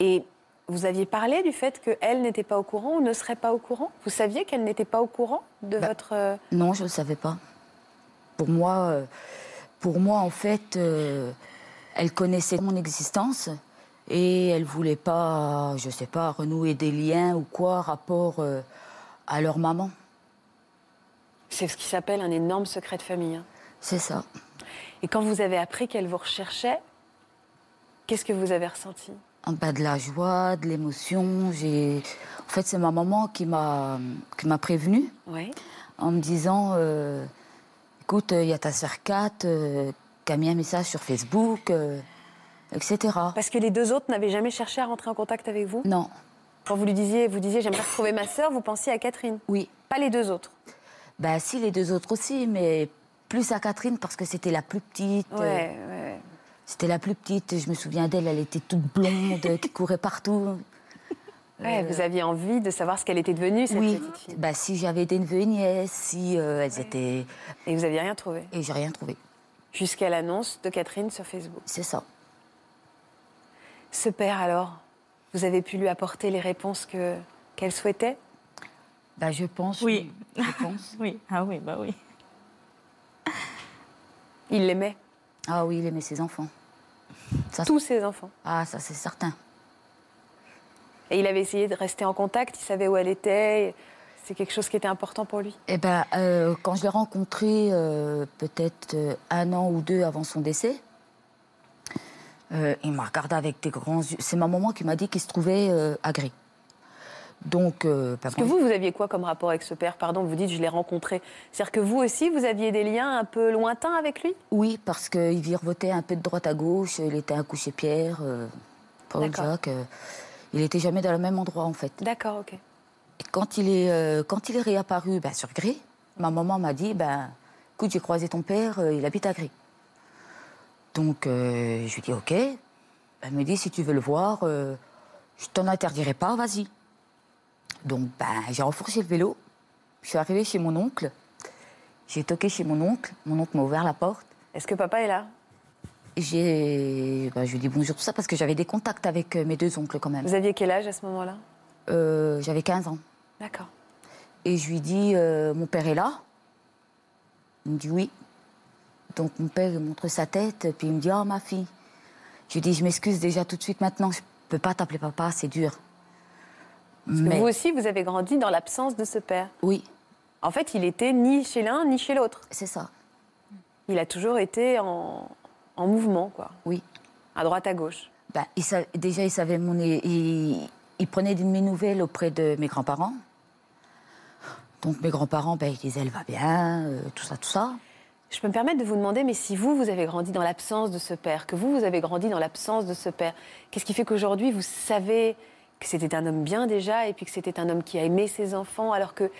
Speaker 2: Et vous aviez parlé du fait qu'elle n'était pas au courant ou ne serait pas au courant Vous saviez qu'elle n'était pas au courant de
Speaker 3: Ben.
Speaker 2: votre. euh,
Speaker 3: Non, je ne le savais pas. Pour moi, euh, pour moi en fait, euh, elle connaissait mon existence et elle voulait pas, je sais pas, renouer des liens ou quoi, rapport euh, à leur maman.
Speaker 2: C'est ce qui s'appelle un énorme secret de famille. hein.
Speaker 3: C'est ça.
Speaker 2: Et quand vous avez appris qu'elle vous recherchait, qu'est-ce que vous avez ressenti
Speaker 3: en bas de la joie, de l'émotion. J'ai, en fait, c'est ma maman qui m'a qui m'a prévenue
Speaker 2: Oui.
Speaker 3: en me disant, euh, écoute, il y a ta sœur Kat euh, qui a mis un message sur Facebook, euh, etc.
Speaker 2: Parce que les deux autres n'avaient jamais cherché à rentrer en contact avec vous
Speaker 3: Non,
Speaker 2: Quand vous lui disiez, vous disiez j'aimerais retrouver ma sœur, vous pensiez à Catherine,
Speaker 3: oui.
Speaker 2: pas les deux autres.
Speaker 3: Bah si, les deux autres aussi, mais plus à Catherine parce que c'était la plus petite. euh,
Speaker 2: Ouais, ouais, ouais.
Speaker 3: C'était la plus petite. Je me souviens d'elle, elle était toute blonde, qui courait partout.
Speaker 2: Ouais, Vous aviez envie de savoir ce qu'elle était devenue, cette
Speaker 3: Oui,
Speaker 2: petite fille.
Speaker 3: bah, si j'avais des neveux et nièces, si euh, elles étaient.
Speaker 2: Et vous n'aviez rien trouvé.
Speaker 3: Et j'ai rien trouvé.
Speaker 2: Jusqu'à l'annonce de Catherine sur Facebook.
Speaker 3: C'est ça.
Speaker 2: Ce père, alors, vous avez pu lui apporter les réponses que qu'elle souhaitait
Speaker 3: Bah, je pense.
Speaker 6: Oui.
Speaker 3: Je pense.
Speaker 6: Oui, ah oui, bah oui.
Speaker 2: Il l'aimait,
Speaker 3: Ah oui, il aimait ses enfants. Ça,
Speaker 2: tous ses enfants.
Speaker 3: Ah, ça, c'est certain.
Speaker 2: Et il avait essayé de rester en contact, il savait où elle était. C'est quelque chose qui était important pour lui.
Speaker 3: Eh ben, euh, quand je l'ai rencontré, euh, peut-être euh, un an ou deux avant son décès, euh, il m'a regardé avec des grands yeux. C'est ma maman qui m'a dit qu'il se trouvait euh, agré. Donc, euh, bah,
Speaker 2: Parce que
Speaker 3: moi,
Speaker 2: vous, vous aviez quoi comme rapport avec ce père Pardon, vous dites, je l'ai rencontré. C'est-à-dire que vous aussi, vous aviez des liens un peu lointains avec lui
Speaker 3: Oui, parce qu'il virevotait un peu de droite à gauche. Il était un couché-pierre, euh, Paul
Speaker 2: D'accord.
Speaker 3: Jacques. euh, il était jamais dans le même endroit, en fait.
Speaker 2: D'accord, ok.
Speaker 3: Et quand il est, euh, quand il est réapparu ben, sur Gré, ma maman m'a dit ben, écoute, j'ai croisé ton père, euh, il habite à Gré. Donc euh, je lui dis ok. Elle me dit si tu veux le voir, euh, je t'en interdirai pas, vas-y. Donc ben, j'ai renforcé le vélo. Je suis arrivée chez mon oncle. J'ai toqué chez mon oncle. Mon oncle m'a ouvert la porte.
Speaker 2: Est-ce que papa est là
Speaker 3: J'ai, ben, je lui ai dit bonjour tout ça parce que j'avais des contacts avec euh, mes deux oncles quand même.
Speaker 2: Vous aviez quel âge à ce moment-là
Speaker 3: Euh, j'avais 15 ans.
Speaker 2: D'accord.
Speaker 3: Et je lui dis, euh, mon père est là Il me dit oui. Donc mon père il montre sa tête, puis il me dit, oh ma fille. Je lui dis, je m'excuse déjà tout de suite maintenant, je peux pas t'appeler papa, c'est dur.
Speaker 2: Parce que
Speaker 3: Mais
Speaker 2: vous aussi, vous avez grandi dans l'absence de ce père.
Speaker 3: oui,
Speaker 2: En fait, il était ni chez l'un ni chez l'autre.
Speaker 3: c'est ça,
Speaker 2: Il a toujours été en, en mouvement, quoi.
Speaker 3: oui.
Speaker 2: À droite, à gauche.
Speaker 3: Ben, il sa- déjà, il savait mon. Il, il prenait de mes nouvelles auprès de mes grands-parents. Donc mes grands-parents, ben, ils disaient, elle va bien, euh, tout ça, tout ça.
Speaker 2: Je peux me permettre de vous demander, mais si vous, vous avez grandi dans l'absence de ce père, que vous, vous avez grandi dans l'absence de ce père, qu'est-ce qui fait qu'aujourd'hui, vous savez que c'était un homme bien déjà, et puis que c'était un homme qui a aimé ses enfants, alors que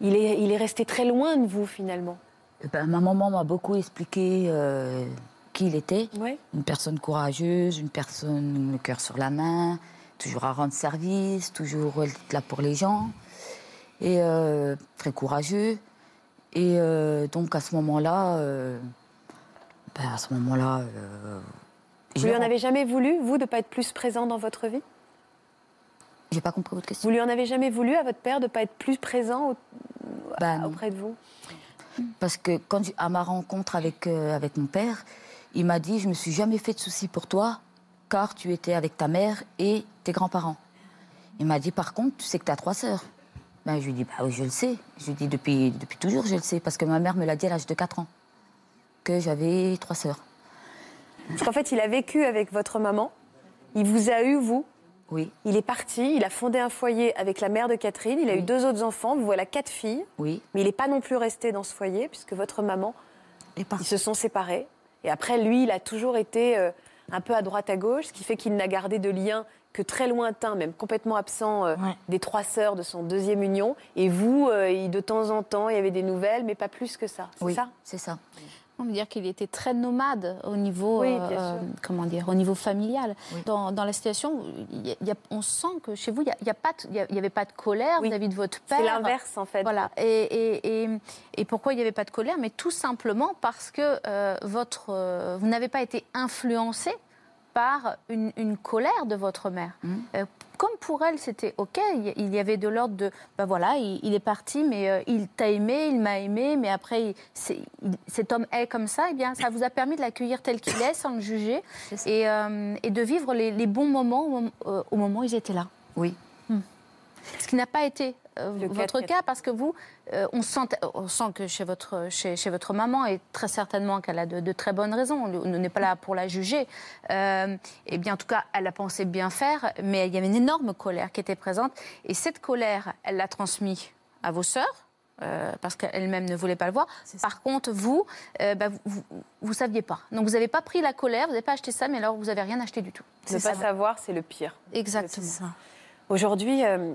Speaker 2: il est, il est resté très loin de vous, finalement
Speaker 3: Eh ben, ma maman m'a beaucoup expliqué euh, qui il était.
Speaker 2: Oui.
Speaker 3: Une personne courageuse, une personne le cœur sur la main, toujours à rendre service, toujours là pour les gens, et euh, très courageux. Et euh, donc à ce moment-là, euh, ben, à ce moment-là, euh,
Speaker 2: Vous
Speaker 3: je
Speaker 2: lui en
Speaker 3: l'ai-
Speaker 2: avez jamais voulu, vous, de pas être plus présent dans votre vie
Speaker 3: j'ai pas compris votre question.
Speaker 2: Vous lui en avez jamais voulu à votre père de pas être plus présent au-
Speaker 3: Bah, non.
Speaker 2: auprès de vous Ah,
Speaker 3: Parce que quand j'ai- à ma rencontre avec, euh, avec mon père, il m'a dit, je me suis jamais fait de soucis pour toi, car tu étais avec ta mère et tes grands-parents. Il m'a dit, par contre, tu sais que tu as trois sœurs. Ben, je lui dis, bah oui, je le sais. Je lui dis, depuis, depuis toujours, je le sais, parce que ma mère me l'a dit à l'âge de 4 ans, que j'avais trois sœurs.
Speaker 2: Parce qu'en fait, il a vécu avec votre maman, il vous a eu, vous,
Speaker 3: Oui,
Speaker 2: il est parti, il a fondé un foyer avec la mère de Catherine, il a eu deux autres enfants, vous voilà quatre filles,
Speaker 3: oui,
Speaker 2: mais il n'est pas non plus resté dans ce foyer, puisque votre maman, ils se sont séparés. Et après, lui, il a toujours été euh, un peu à droite, à gauche, ce qui fait qu'il n'a gardé de lien que très lointain, même complètement absent euh,
Speaker 6: Ouais.
Speaker 2: des trois sœurs de son deuxième union. Et vous, euh, il- de temps en temps, il y avait des nouvelles, mais pas plus que ça. C'est
Speaker 3: oui.
Speaker 2: ça
Speaker 3: C'est ça.
Speaker 7: On veut dire qu'il était très nomade au niveau,
Speaker 2: Oui, bien
Speaker 7: euh,
Speaker 2: sûr.
Speaker 7: comment dire, au niveau familial.
Speaker 3: Oui.
Speaker 7: Dans, dans la situation, il y a- il y a- on sent que chez vous, il n'y a, il y a pas de- il y a- il y avait pas de colère
Speaker 2: Oui.
Speaker 7: vis-à-vis de votre père.
Speaker 2: C'est l'inverse, en fait.
Speaker 7: Voilà. Et, et- et- et pourquoi il n'y avait pas de colère Mais tout simplement parce que euh, votre, euh, vous n'avez pas été influencé par une, une colère de votre mère. Euh, comme pour elle, c'était OK. Il- Il y avait de l'ordre de, ben voilà, il, il est parti, mais euh, il t'a aimé, il m'a aimé, mais après, il- c'est- il- cet homme est comme ça. Eh bien, ça vous a permis de l'accueillir tel qu'il est, sans le juger, et, euh, et de vivre les, les bons moments au, mom- euh, au moment où ils étaient là.
Speaker 3: Oui.
Speaker 7: Ce qui n'a pas été euh,
Speaker 2: Le
Speaker 7: votre
Speaker 2: cas de-
Speaker 7: cas parce que vous, euh, on, sent, on sent que chez votre, chez, chez votre maman, et très certainement qu'elle a de, de très bonnes raisons, on n'est pas là pour la juger, euh, et bien en tout cas, elle a pensé bien faire, mais il y avait une énorme colère qui était présente, et cette colère, elle l'a transmise à vos sœurs. euh, parce qu'elle-même ne voulait pas le voir. Par contre, vous, euh, bah, vous, ne saviez pas. Donc, vous n'avez pas pris la colère, vous n'avez pas acheté ça, mais alors vous n'avez rien acheté du tout.
Speaker 2: Ne pas savoir, c'est le pire.
Speaker 7: Exactement.
Speaker 2: Aujourd'hui, euh,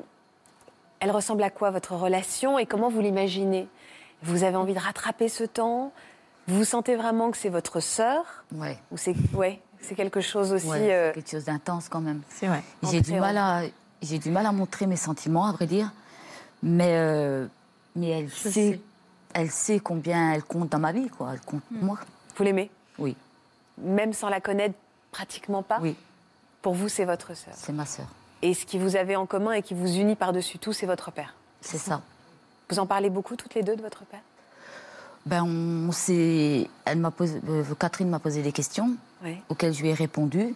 Speaker 2: elle ressemble à quoi votre relation et comment vous l'imaginez Vous avez envie de rattraper ce temps Vous sentez vraiment que c'est votre sœur
Speaker 3: Ouais.
Speaker 2: ou c'est ouais, c'est quelque chose aussi
Speaker 3: Ouais,
Speaker 2: euh,
Speaker 3: c'est quelque chose d'intense quand même.
Speaker 6: C'est vrai.
Speaker 3: J'ai du
Speaker 2: Entrée,
Speaker 3: mal à, j'ai du mal à montrer mes sentiments, à vrai dire. Mais, euh, mais elle sait,
Speaker 6: sais.
Speaker 3: elle sait combien elle compte dans ma vie, quoi. Elle compte pour moi.
Speaker 2: vous l'aimez
Speaker 3: Oui,
Speaker 2: même sans la connaître pratiquement pas.
Speaker 3: oui,
Speaker 2: Pour vous, c'est votre sœur.
Speaker 3: c'est ma sœur.
Speaker 2: Et ce qui vous avez en commun et qui vous unit par-dessus tout, c'est votre père.
Speaker 3: C'est ça.
Speaker 2: Vous en parlez beaucoup toutes les deux de votre père
Speaker 3: Ben, on s'est, elle m'a posé, euh, Catherine m'a posé des questions
Speaker 2: Oui.
Speaker 3: auxquelles je lui ai répondu.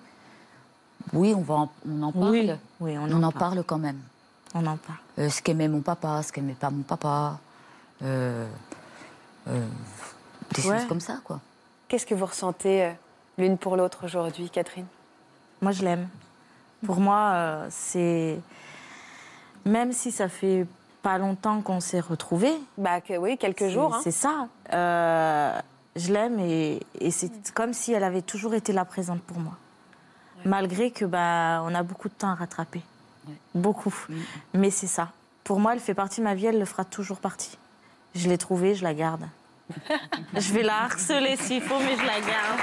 Speaker 3: Oui, on va, en- on en parle.
Speaker 6: Oui, oui, on,
Speaker 3: On, en parle quand même.
Speaker 6: On en parle.
Speaker 3: Euh, ce qu'aimait mon papa, ce qu'aimait pas mon papa. Euh, euh, des
Speaker 6: Ouais.
Speaker 3: choses comme ça, quoi.
Speaker 2: Qu'est-ce que vous ressentez euh, l'une pour l'autre aujourd'hui, Catherine
Speaker 6: Moi, je l'aime. Pour moi, euh, c'est. Même si ça fait pas longtemps qu'on s'est retrouvés,
Speaker 2: Bah que- oui, quelques
Speaker 6: c'est-
Speaker 2: jours. hein.
Speaker 6: C'est ça. Euh, je l'aime et, et c'est
Speaker 2: Mm.
Speaker 6: comme si elle avait toujours été là présente pour moi. Malgré que bah, on a beaucoup de temps à rattraper. Beaucoup.
Speaker 2: Mm.
Speaker 6: Mais c'est ça. Pour moi, elle fait partie de ma vie, elle le fera toujours partie. Je l'ai trouvée, je la garde. je vais la harceler s'il faut, mais je la garde.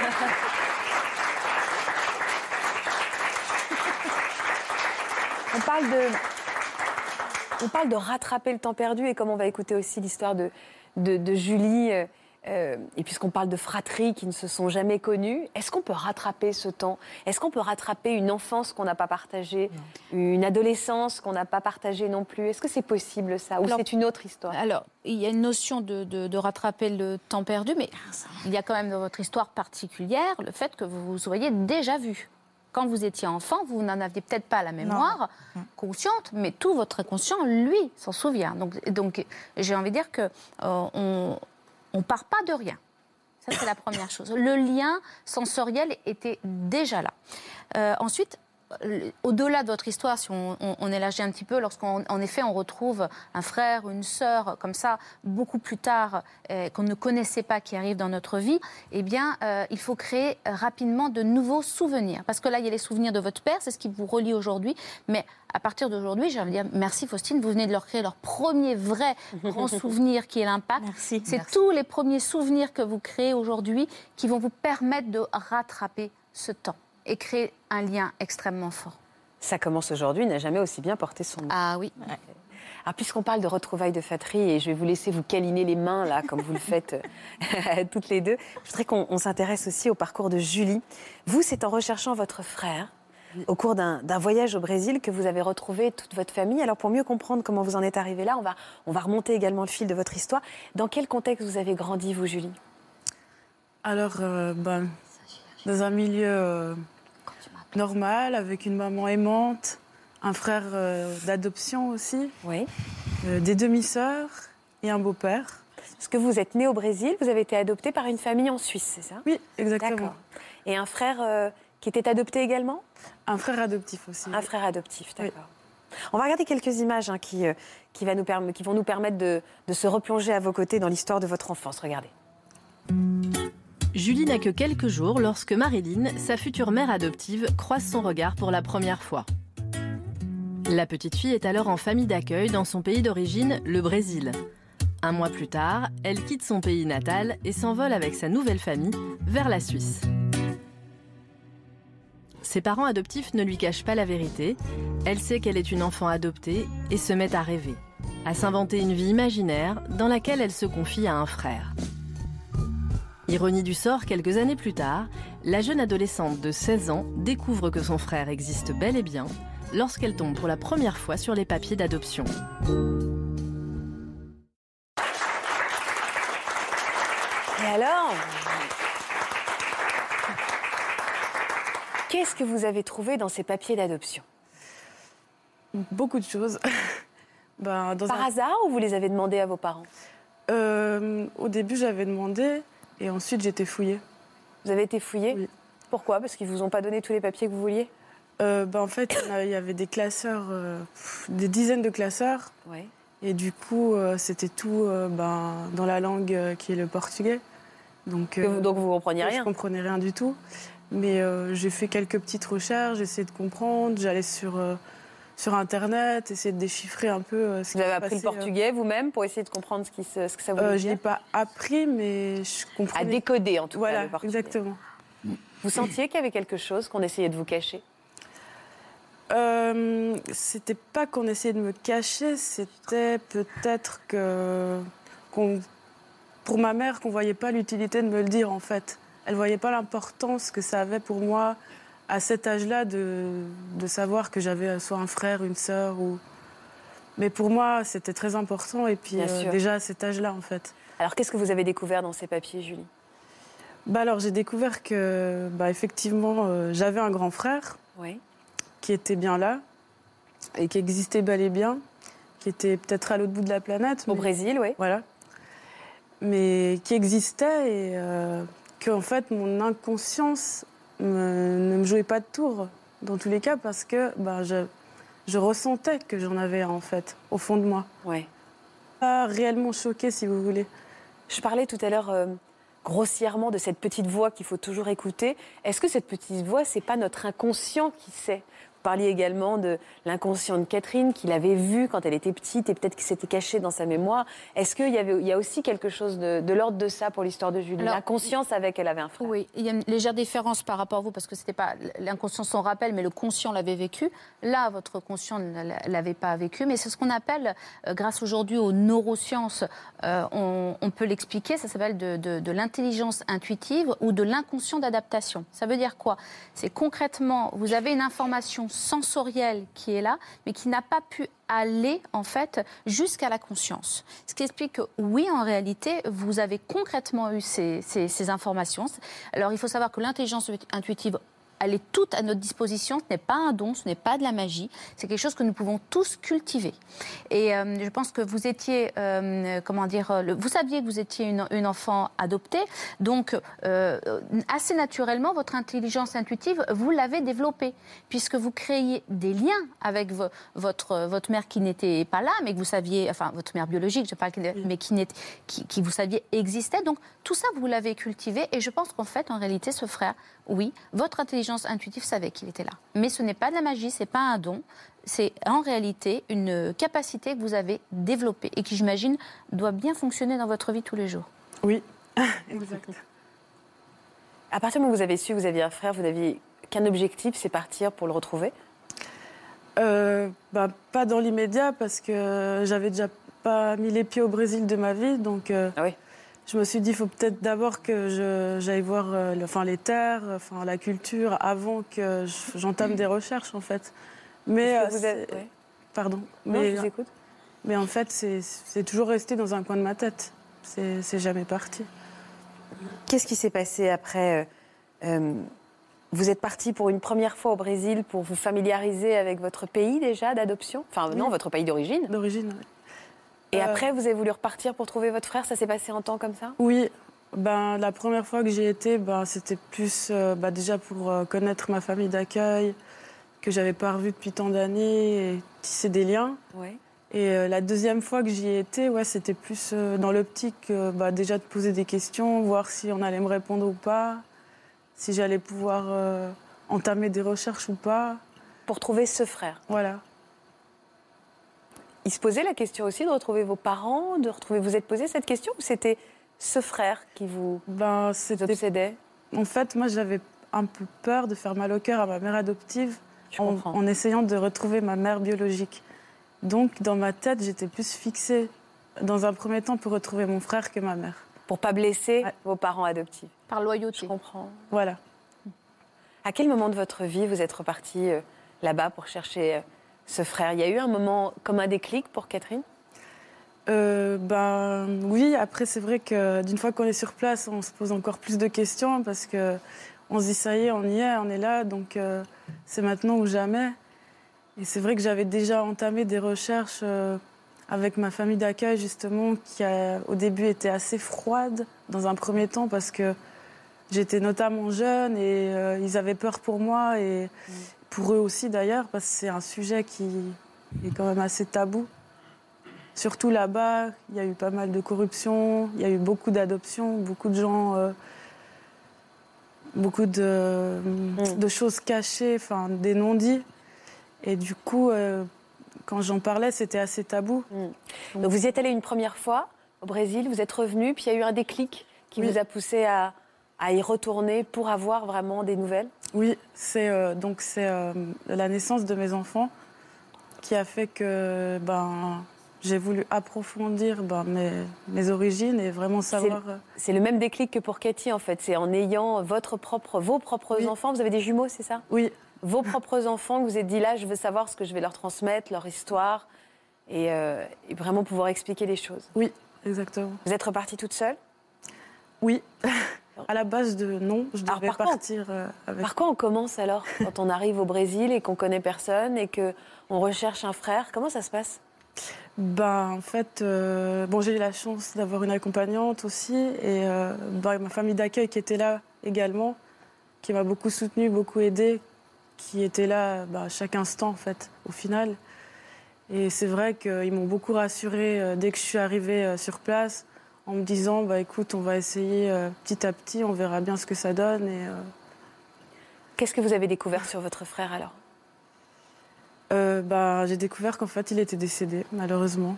Speaker 2: On parle de. On parle de rattraper le temps perdu et comme on va écouter aussi l'histoire de, de, de Julie, euh, euh, et puisqu'on parle de fratries qui ne se sont jamais connues, est-ce qu'on peut rattraper ce temps Est-ce qu'on peut rattraper une enfance qu'on n'a pas partagée, une adolescence qu'on n'a pas partagée non plus Est-ce que c'est possible ça Ou
Speaker 7: Alors-
Speaker 2: c'est une autre histoire
Speaker 7: Alors, il y a une notion de, de- de rattraper le temps perdu, mais il y a quand même dans votre histoire particulière le fait que vous vous soyez déjà vu. Quand vous étiez enfant, vous n'en aviez peut-être pas la mémoire consciente, mais tout votre inconscient, lui, s'en souvient. Donc, donc j'ai envie de dire que euh, on, on part pas de rien. Ça, c'est la première chose. Le lien sensoriel était déjà là. Euh, ensuite, le- au-delà de votre histoire, si on, on- on élargit un petit peu, lorsqu'on en effet on retrouve un frère ou une sœur comme ça beaucoup plus tard euh, qu'on ne connaissait pas qui arrive dans notre vie, eh bien euh, il faut créer rapidement de nouveaux souvenirs parce que là il y a les souvenirs de votre père, c'est ce qui vous relie aujourd'hui, mais à partir d'aujourd'hui, j'ai envie de dire merci Faustine, vous venez de leur créer leur premier vrai grand souvenir qui est l'impact.
Speaker 6: Merci.
Speaker 7: C'est tous les premiers souvenirs que vous créez aujourd'hui qui vont vous permettre de rattraper ce temps et créer un lien extrêmement fort.
Speaker 2: Ça commence aujourd'hui, n'a jamais aussi bien porté son nom.
Speaker 7: Ah oui.
Speaker 2: Alors, Ah, puisqu'on parle de retrouvailles de fratrie, et je vais vous laisser vous câliner les mains, là, comme vous le faites euh, toutes les deux, je voudrais qu'on on s'intéresse aussi au parcours de Julie. Vous, c'est en recherchant votre frère, au cours d'un d'un voyage au Brésil, que vous avez retrouvé toute votre famille. Alors, pour mieux comprendre comment vous en êtes arrivé là, on va, on va remonter également le fil de votre histoire. Dans quel contexte vous avez grandi, vous, Julie
Speaker 5: Alors, euh, ben, dans un milieu euh, normal, avec une maman aimante, un frère euh, d'adoption aussi,
Speaker 2: Oui.
Speaker 5: euh, des demi-sœurs et un beau-père.
Speaker 2: Parce que vous êtes né au Brésil, vous avez été adopté par une famille en Suisse, c'est ça
Speaker 5: Oui, exactement.
Speaker 2: Et un frère euh, qui était adopté également
Speaker 5: Un frère adoptif aussi.
Speaker 2: Un frère adoptif,
Speaker 5: Oui.
Speaker 2: d'accord. On va regarder quelques images hein, qui, euh, qui, va nous perm- qui vont nous permettre de, de se replonger à vos côtés dans l'histoire de votre enfance. Regardez.
Speaker 8: Julie n'a que quelques jours lorsque Marilyn, sa future mère adoptive, croise son regard pour la première fois. La petite fille est alors en famille d'accueil dans son pays d'origine, le Brésil. Un mois plus tard, elle quitte son pays natal et s'envole avec sa nouvelle famille vers la Suisse. Ses parents adoptifs ne lui cachent pas la vérité, elle sait qu'elle est une enfant adoptée et se met à rêver, à s'inventer une vie imaginaire dans laquelle elle se confie à un frère. Ironie du sort, quelques années plus tard, la jeune adolescente de 16 ans découvre que son frère existe bel et bien lorsqu'elle tombe pour la première fois sur les papiers d'adoption.
Speaker 2: Et alors Qu'est-ce que vous avez trouvé dans ces papiers d'adoption
Speaker 5: Beaucoup de choses. Ben, dans
Speaker 2: Par
Speaker 5: un-
Speaker 2: hasard ou vous les avez demandés à vos parents
Speaker 5: Euh, au début, j'avais demandé et ensuite j'étais fouillée.
Speaker 2: Vous avez été fouillés
Speaker 5: Oui.
Speaker 2: Pourquoi Parce qu'ils vous ont pas donné tous les papiers que vous vouliez
Speaker 5: Euh, ben, en fait, on a- il y avait des classeurs, euh, pff, des dizaines de classeurs.
Speaker 2: Oui.
Speaker 5: Et du coup, euh, c'était tout euh, ben, dans la langue euh, qui est le portugais. Donc, euh,
Speaker 2: donc vous compreniez
Speaker 5: je
Speaker 2: rien.
Speaker 5: comprenais rien du tout. Mais euh, j'ai fait quelques petites recherches, j'essayais de comprendre, j'allais sur, euh, sur Internet, essayer de déchiffrer un peu euh, ce qui
Speaker 2: Vous avez
Speaker 5: se
Speaker 2: appris le
Speaker 5: passait, euh.
Speaker 2: portugais vous-même pour essayer de comprendre ce, qui se- ce que ça voulait
Speaker 5: Euh, je ne l'ai
Speaker 2: dire
Speaker 5: pas appris, mais je
Speaker 2: À
Speaker 5: comprenais.
Speaker 2: décoder en tout cas
Speaker 5: voilà,
Speaker 2: le portugais.
Speaker 5: exactement.
Speaker 2: Vous sentiez qu'il y avait quelque chose qu'on essayait de vous cacher
Speaker 5: Euh, c'était pas qu'on essayait de me cacher, c'était peut-être que qu'on- pour ma mère qu'on voyait pas l'utilité de me le dire en fait. Elle voyait pas l'importance que ça avait pour moi à cet âge-là de, de savoir que j'avais soit un frère, une sœur ou mais pour moi, c'était très important et puis
Speaker 2: Bien
Speaker 5: euh,
Speaker 2: sûr.
Speaker 5: déjà à cet âge-là en fait.
Speaker 2: Alors qu'est-ce que vous avez découvert dans ces papiers, Julie
Speaker 5: Bah alors, j'ai découvert que bah effectivement, euh, j'avais un grand frère.
Speaker 2: Oui.
Speaker 5: qui était bien là et qui existait bel et bien, qui était peut-être à l'autre bout de la planète.
Speaker 2: Au
Speaker 5: mais-
Speaker 2: Brésil, oui.
Speaker 5: Voilà. Mais qui existait et euh, que, en fait, mon inconscience me- ne me jouait pas de tour, dans tous les cas, parce que ben, je, je ressentais que j'en avais un, en fait, au fond de moi.
Speaker 2: Ouais.
Speaker 5: Pas réellement choqué, si vous voulez.
Speaker 2: Je parlais tout à l'heure euh, grossièrement de cette petite voix qu'il faut toujours écouter. Est-ce que cette petite voix, c'est pas notre inconscient qui sait Vous parliez également de l'inconscient de Catherine, qu'il avait vu quand elle était petite et peut-être qu'il s'était caché dans sa mémoire. Est-ce qu'il y, avait- il y a aussi quelque chose de, de l'ordre de ça pour l'histoire de Julie
Speaker 7: Alors-
Speaker 2: L'inconscient savait qu'elle avait un frère.
Speaker 7: Oui, il y a une légère différence par rapport à vous, parce que c'était pas l'inconscient son rappel, mais le conscient l'avait vécu. Là, votre conscient ne l'a- l'avait pas vécu, mais c'est ce qu'on appelle, euh, grâce aujourd'hui aux neurosciences, euh, on, on peut l'expliquer, ça s'appelle de, de- de l'intelligence intuitive ou de l'inconscient d'adaptation. Ça veut dire quoi C'est concrètement, vous avez une information sensorielle qui est là, mais qui n'a pas pu aller en fait jusqu'à la conscience. Ce qui explique que oui, en réalité, vous avez concrètement eu ces, ces- ces informations. Alors il faut savoir que l'intelligence intuitive, elle est toute à notre disposition. Ce n'est pas un don, ce n'est pas de la magie. C'est quelque chose que nous pouvons tous cultiver. Et euh, je pense que vous étiez, euh, comment dire, euh, le- vous saviez que vous étiez une, une enfant adoptée. Donc euh, euh, assez naturellement, votre intelligence intuitive, vous l'avez développée puisque vous créez des liens avec vo- votre, euh, votre mère qui n'était pas là, mais que vous saviez, enfin votre mère biologique, je parle, qui n'est- mais qui, n'était- qui, qui vous saviez existait. Donc tout ça, vous l'avez cultivé, et je pense qu'en fait, en réalité, ce frère, oui, votre intelligence intuitive savait qu'il était là. Mais ce n'est pas de la magie, c'est pas un don, c'est en réalité une capacité que vous avez développée et qui, j'imagine, doit bien fonctionner dans votre vie tous les jours.
Speaker 5: Oui, exact.
Speaker 2: À partir du moment où vous avez su que vous aviez un frère, vous n'aviez qu'un objectif, c'est partir pour le retrouver.
Speaker 5: Euh, bah, Pas dans l'immédiat parce que j'avais déjà pas mis les pieds au Brésil de ma vie. Donc euh,
Speaker 2: Ah oui.
Speaker 5: je me suis dit, il faut peut-être d'abord que je- j'aille voir euh, le- enfin, les terres, enfin, la culture, avant que je- j'entame des recherches en fait. Mais,
Speaker 2: Est-ce que
Speaker 5: euh,
Speaker 2: vous avez-
Speaker 5: c'est-
Speaker 2: ouais.
Speaker 5: Pardon.
Speaker 2: Non,
Speaker 5: mais,
Speaker 2: je vous écoute.
Speaker 5: mais en fait, c'est- c'est toujours resté dans un coin de ma tête. C'est c'est jamais parti.
Speaker 1: Qu'est-ce qui s'est passé après euh, euh,
Speaker 2: Vous êtes parti pour une première fois au Brésil pour vous familiariser avec votre pays déjà d'adoption Enfin, non,
Speaker 5: Oui.
Speaker 2: votre pays d'origine.
Speaker 5: D'origine, ouais.
Speaker 2: Et
Speaker 5: Euh,
Speaker 2: après, vous avez voulu repartir pour trouver votre frère Ça s'est passé en temps comme ça
Speaker 5: Oui, ben, la première fois que j'y étais, ben, c'était plus euh, ben, déjà pour euh, connaître ma famille d'accueil, que j'avais pas revue depuis tant d'années, et tisser des liens.
Speaker 2: Oui.
Speaker 5: Et euh, la deuxième fois que j'y étais, ouais, c'était plus euh, dans l'optique euh, bah, déjà de poser des questions, voir si on allait me répondre ou pas, si j'allais pouvoir euh, entamer des recherches ou pas.
Speaker 2: Pour trouver ce frère.
Speaker 5: Voilà.
Speaker 2: Il se posait la question aussi de retrouver vos parents, de retrouver. Vous êtes posé cette question ou c'était ce frère qui vous
Speaker 5: Ben, c'était...
Speaker 2: obsédait
Speaker 5: En fait, moi, j'avais un peu peur de faire mal au cœur à ma mère adoptive
Speaker 2: Je
Speaker 5: en,
Speaker 2: comprends.
Speaker 5: en essayant de retrouver ma mère biologique. Donc, dans ma tête, j'étais plus fixée, dans un premier temps, pour retrouver mon frère que ma mère.
Speaker 2: Pour pas blesser
Speaker 5: Ouais.
Speaker 2: vos parents adoptifs.
Speaker 7: Par
Speaker 2: Je
Speaker 7: loyauté.
Speaker 2: comprends.
Speaker 5: Voilà.
Speaker 2: À quel moment de votre vie vous êtes reparti euh, là-bas pour chercher euh, ce frère Il y a eu un moment comme un déclic pour Catherine
Speaker 5: Euh, ben oui, après c'est vrai que d'une fois qu'on est sur place, on se pose encore plus de questions parce que on se dit ça y est, on y est, on est là, donc euh, c'est maintenant ou jamais. Et c'est vrai que j'avais déjà entamé des recherches euh, avec ma famille d'accueil justement qui a, au début était assez froide dans un premier temps parce que j'étais notamment jeune et euh, ils avaient peur pour moi et pour eux aussi d'ailleurs parce que c'est un sujet qui est quand même assez tabou. Surtout là-bas, il y a eu pas mal de corruption, il y a eu beaucoup d'adoptions, beaucoup de gens, euh, beaucoup de, de choses cachées, enfin des non-dits. Et du coup, euh, quand j'en parlais, c'était assez tabou.
Speaker 2: Donc vous y êtes allé une première fois au Brésil, vous êtes revenu, puis il y a eu un déclic qui vous a poussé à, à y retourner pour avoir vraiment des nouvelles.
Speaker 5: Oui, c'est euh, donc c'est euh, la naissance de mes enfants qui a fait que ben j'ai voulu approfondir ben, mes, mes origines et vraiment savoir. euh,
Speaker 2: C'est le même déclic que pour Cathy en fait, c'est en ayant votre propre, vos propres
Speaker 5: Oui.
Speaker 2: enfants, vous avez des jumeaux, c'est ça
Speaker 5: Oui,
Speaker 2: Vos propres enfants, que vous vous êtes dit là, je veux savoir ce que je vais leur transmettre, leur histoire, et, euh, et vraiment pouvoir expliquer les choses.
Speaker 5: oui, exactement.
Speaker 2: Vous êtes repartie toute seule
Speaker 5: Oui. à la base de non, je
Speaker 2: Alors,
Speaker 5: devais
Speaker 2: par contre-
Speaker 5: partir euh, avec.
Speaker 2: Par quoi on commence alors quand on arrive au Brésil et qu'on connaît personne et que on recherche un frère Comment ça se passe
Speaker 5: Ben, en fait, euh, bon, j'ai eu la chance d'avoir une accompagnante aussi et euh, ben, ma famille d'accueil qui était là également, qui m'a beaucoup soutenue, beaucoup aidée, qui était là ben, à chaque instant en fait, au final. Et c'est vrai qu'ils m'ont beaucoup rassurée euh, dès que je suis arrivée euh, sur place en me disant bah écoute, on va essayer euh, petit à petit, on verra bien ce que ça donne. Et, euh,
Speaker 2: Qu'est-ce que vous avez découvert sur votre frère alors
Speaker 5: euh, ben, j'ai découvert qu'en fait, il était décédé, malheureusement.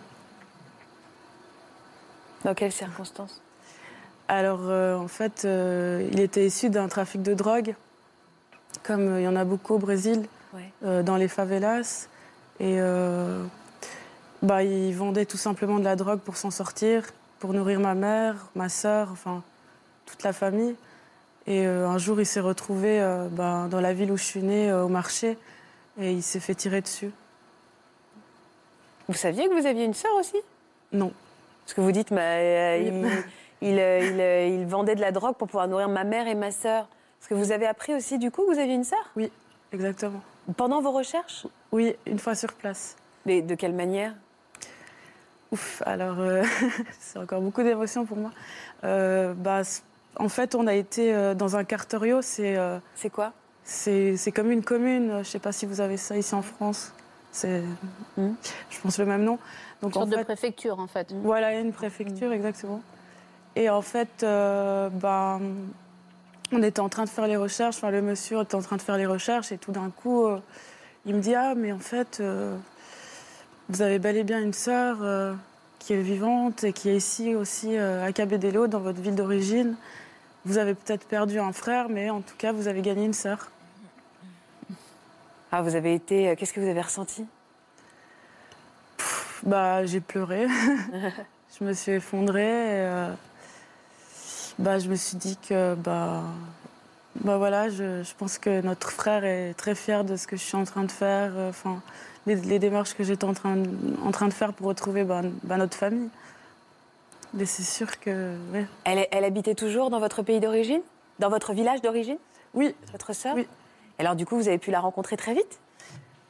Speaker 2: Dans quelles circonstances
Speaker 5: Alors, euh, en fait, euh, il était issu d'un trafic de drogue, comme euh, il y en a beaucoup au Brésil,
Speaker 2: Ouais.
Speaker 5: euh, dans les favelas. Et euh, bah, il vendait tout simplement de la drogue pour s'en sortir, pour nourrir ma mère, ma sœur, enfin, toute la famille. Et euh, un jour, il s'est retrouvé euh, ben, dans la ville où je suis née, euh, au marché, et il s'est fait tirer dessus.
Speaker 2: Vous saviez que vous aviez une sœur aussi
Speaker 5: Non.
Speaker 2: Parce que vous dites, mais, euh,
Speaker 5: Oui.
Speaker 2: il, il, euh, il, euh, il vendait de la drogue pour pouvoir nourrir ma mère et ma sœur. Est-ce que vous avez appris aussi du coup que vous aviez une sœur
Speaker 5: Oui, exactement.
Speaker 2: Pendant vos recherches
Speaker 5: Oui, une fois sur place.
Speaker 2: Mais de quelle manière
Speaker 5: Ouf, alors euh, c'est encore beaucoup d'émotions pour moi. Euh, bah, c- en fait, on a été euh, dans un cartorio, c'est euh,
Speaker 2: C'est quoi
Speaker 5: c'est c'est comme une commune, euh, je ne sais pas si vous avez ça ici en France, c'est hmm,
Speaker 2: Mhm.
Speaker 5: je pense le même nom. Donc
Speaker 7: Une
Speaker 5: en
Speaker 7: sorte de
Speaker 5: fait,
Speaker 7: préfecture, en fait. Mm.
Speaker 5: voilà, une préfecture exactement. Et en fait, euh, bah, on était en train de faire les recherches, enfin le monsieur était en train de faire les recherches et tout d'un coup, euh, il me dit ah mais en fait, euh, vous avez bel et bien une sœur euh, qui est vivante et qui est ici aussi euh, à Cabedelo dans votre ville d'origine. Vous avez peut-être perdu un frère, mais en tout cas vous avez gagné une sœur.
Speaker 2: Ah, vous avez été. euh, Qu'est-ce que vous avez ressenti
Speaker 5: Bah j'ai pleuré, je me suis effondrée. et, euh, bah je me suis dit que bah bah voilà, je, je pense que notre frère est très fier de ce que je suis en train de faire. euh, Enfin les, les démarches que j'étais en train de, en train de faire pour retrouver bah, bah, notre famille. Mais c'est sûr que ouais.
Speaker 2: elle, elle habitait toujours dans votre pays d'origine Dans votre village d'origine
Speaker 5: oui.
Speaker 2: Votre sœur
Speaker 5: Oui.
Speaker 2: Alors du coup, vous avez pu la rencontrer très vite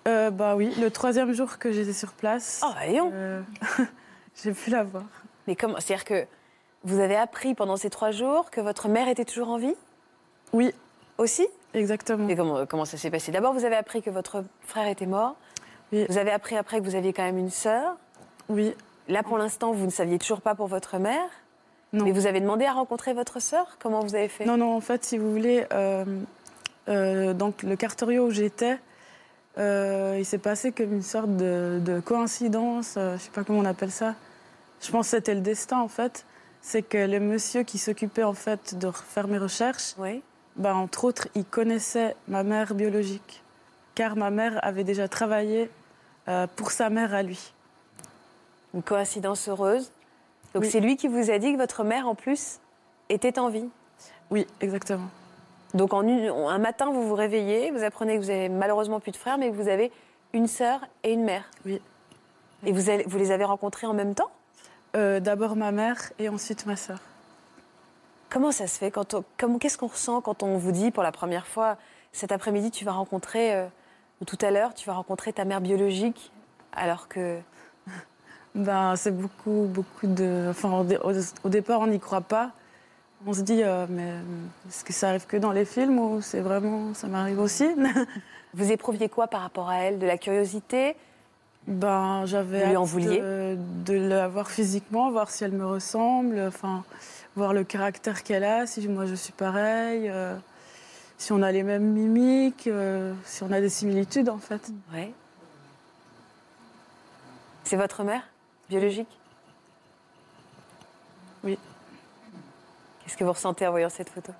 Speaker 5: Euh, bah oui, le troisième jour que j'étais sur place,
Speaker 2: Oh, allons
Speaker 5: euh, j'ai pu la voir.
Speaker 2: Mais comment C'est-à-dire que vous avez appris pendant ces trois jours que votre mère était toujours en vie
Speaker 5: Oui,
Speaker 2: aussi
Speaker 5: exactement.
Speaker 2: Et comment, comment ça s'est passé D'abord, vous avez appris que votre frère était mort.
Speaker 5: Oui.
Speaker 2: Vous avez appris après que vous aviez quand même une sœur.
Speaker 5: Oui,
Speaker 2: Là, pour l'instant, vous ne saviez toujours pas pour votre mère.
Speaker 5: non.
Speaker 2: Mais vous avez demandé à rencontrer votre sœur Comment vous avez fait
Speaker 5: Non, non, en fait, si vous voulez, euh, euh, donc le cartorio où j'étais, euh, il s'est passé comme une sorte de, de coïncidence, euh, je sais pas comment on appelle ça. Je pense que c'était le destin, en fait. C'est que le monsieur qui s'occupait, en fait, de faire mes recherches,
Speaker 2: Oui.
Speaker 5: bah, entre autres, il connaissait ma mère biologique, car ma mère avait déjà travaillé euh, pour sa mère à lui.
Speaker 2: Une coïncidence heureuse. Donc
Speaker 5: Oui.
Speaker 2: c'est lui qui vous a dit que votre mère, en plus, était en vie.
Speaker 5: Oui, exactement.
Speaker 2: Donc en une- en- un matin, vous vous réveillez, vous apprenez que vous avez malheureusement plus de frères, mais que vous avez une sœur et une mère.
Speaker 5: Oui.
Speaker 2: Et vous, allez- vous les avez rencontrés en même temps
Speaker 5: Euh, D'abord ma mère et ensuite ma sœur.
Speaker 2: Comment ça se fait quand on- comme- Qu'est-ce qu'on ressent quand on vous dit pour la première fois cet après-midi tu vas rencontrer euh, ou tout à l'heure tu vas rencontrer ta mère biologique alors que
Speaker 5: Ben, c'est beaucoup, beaucoup de. Enfin, au, dé- au- au départ, on n'y croit pas. On se dit, euh, mais est-ce que ça arrive que dans les films ou c'est vraiment. Ça m'arrive aussi
Speaker 2: Vous éprouviez quoi par rapport à elle De la curiosité
Speaker 5: Ben, j'avais
Speaker 2: Vous lui en
Speaker 5: hâte
Speaker 2: vouliez
Speaker 5: de, de la voir physiquement, voir si elle me ressemble, enfin, voir le caractère qu'elle a, si moi je suis pareil, euh, si on a les mêmes mimiques, euh, si on a des similitudes en fait.
Speaker 2: Ouais. C'est votre mère biologique
Speaker 5: Oui.
Speaker 2: Qu'est-ce que vous ressentez en voyant cette photo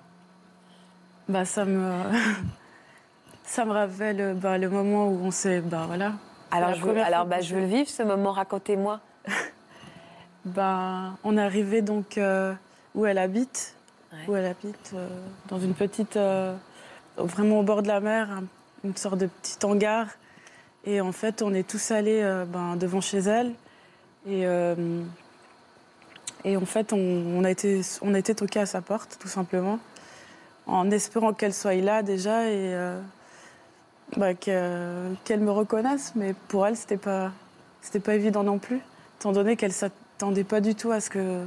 Speaker 5: Ben, ça me, ça me rappelle ben, le moment où on s'est, ben voilà,
Speaker 2: Alors,
Speaker 5: la
Speaker 2: je veux,
Speaker 5: première
Speaker 2: alors
Speaker 5: fois
Speaker 2: bah,
Speaker 5: que
Speaker 2: je veux le vivre, ce moment, racontez-moi.
Speaker 5: ben, on est arrivé donc euh, où elle habite,
Speaker 2: Ouais.
Speaker 5: où elle habite euh, dans une petite, euh, vraiment au bord de la mer, un- une sorte de petit hangar. Et en fait, on est tous allés euh, ben, devant chez elle. Et, euh, et en fait, on, on a été, on a été toqués à sa porte, tout simplement, en espérant qu'elle soit là déjà et euh, ben, que- qu'elle me reconnaisse. Mais pour elle, c'était pas, c'était pas évident non plus, étant donné qu'elle s'attendait pas du tout à ce que,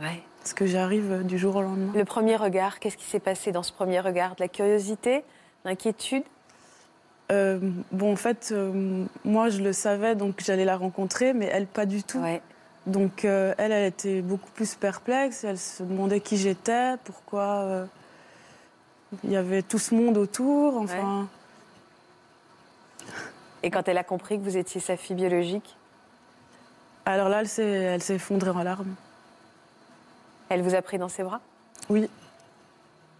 Speaker 2: Ouais.
Speaker 5: à ce que j'arrive euh, du jour au lendemain.
Speaker 2: Le premier regard, qu'est-ce qui s'est passé dans ce premier regard De la curiosité L'inquiétude
Speaker 5: Euh, bon, en fait, euh, moi, je le savais, donc j'allais la rencontrer, mais elle, pas du tout.
Speaker 2: Ouais.
Speaker 5: Donc, euh, elle, elle était beaucoup plus perplexe. Elle se demandait qui j'étais, pourquoi euh, il y avait tout ce monde autour. Enfin,
Speaker 2: Et quand elle a compris que vous étiez sa fille biologique,
Speaker 5: alors là, elle s'est, elle s'est effondrée en larmes.
Speaker 2: elle vous a pris dans ses bras
Speaker 5: Oui.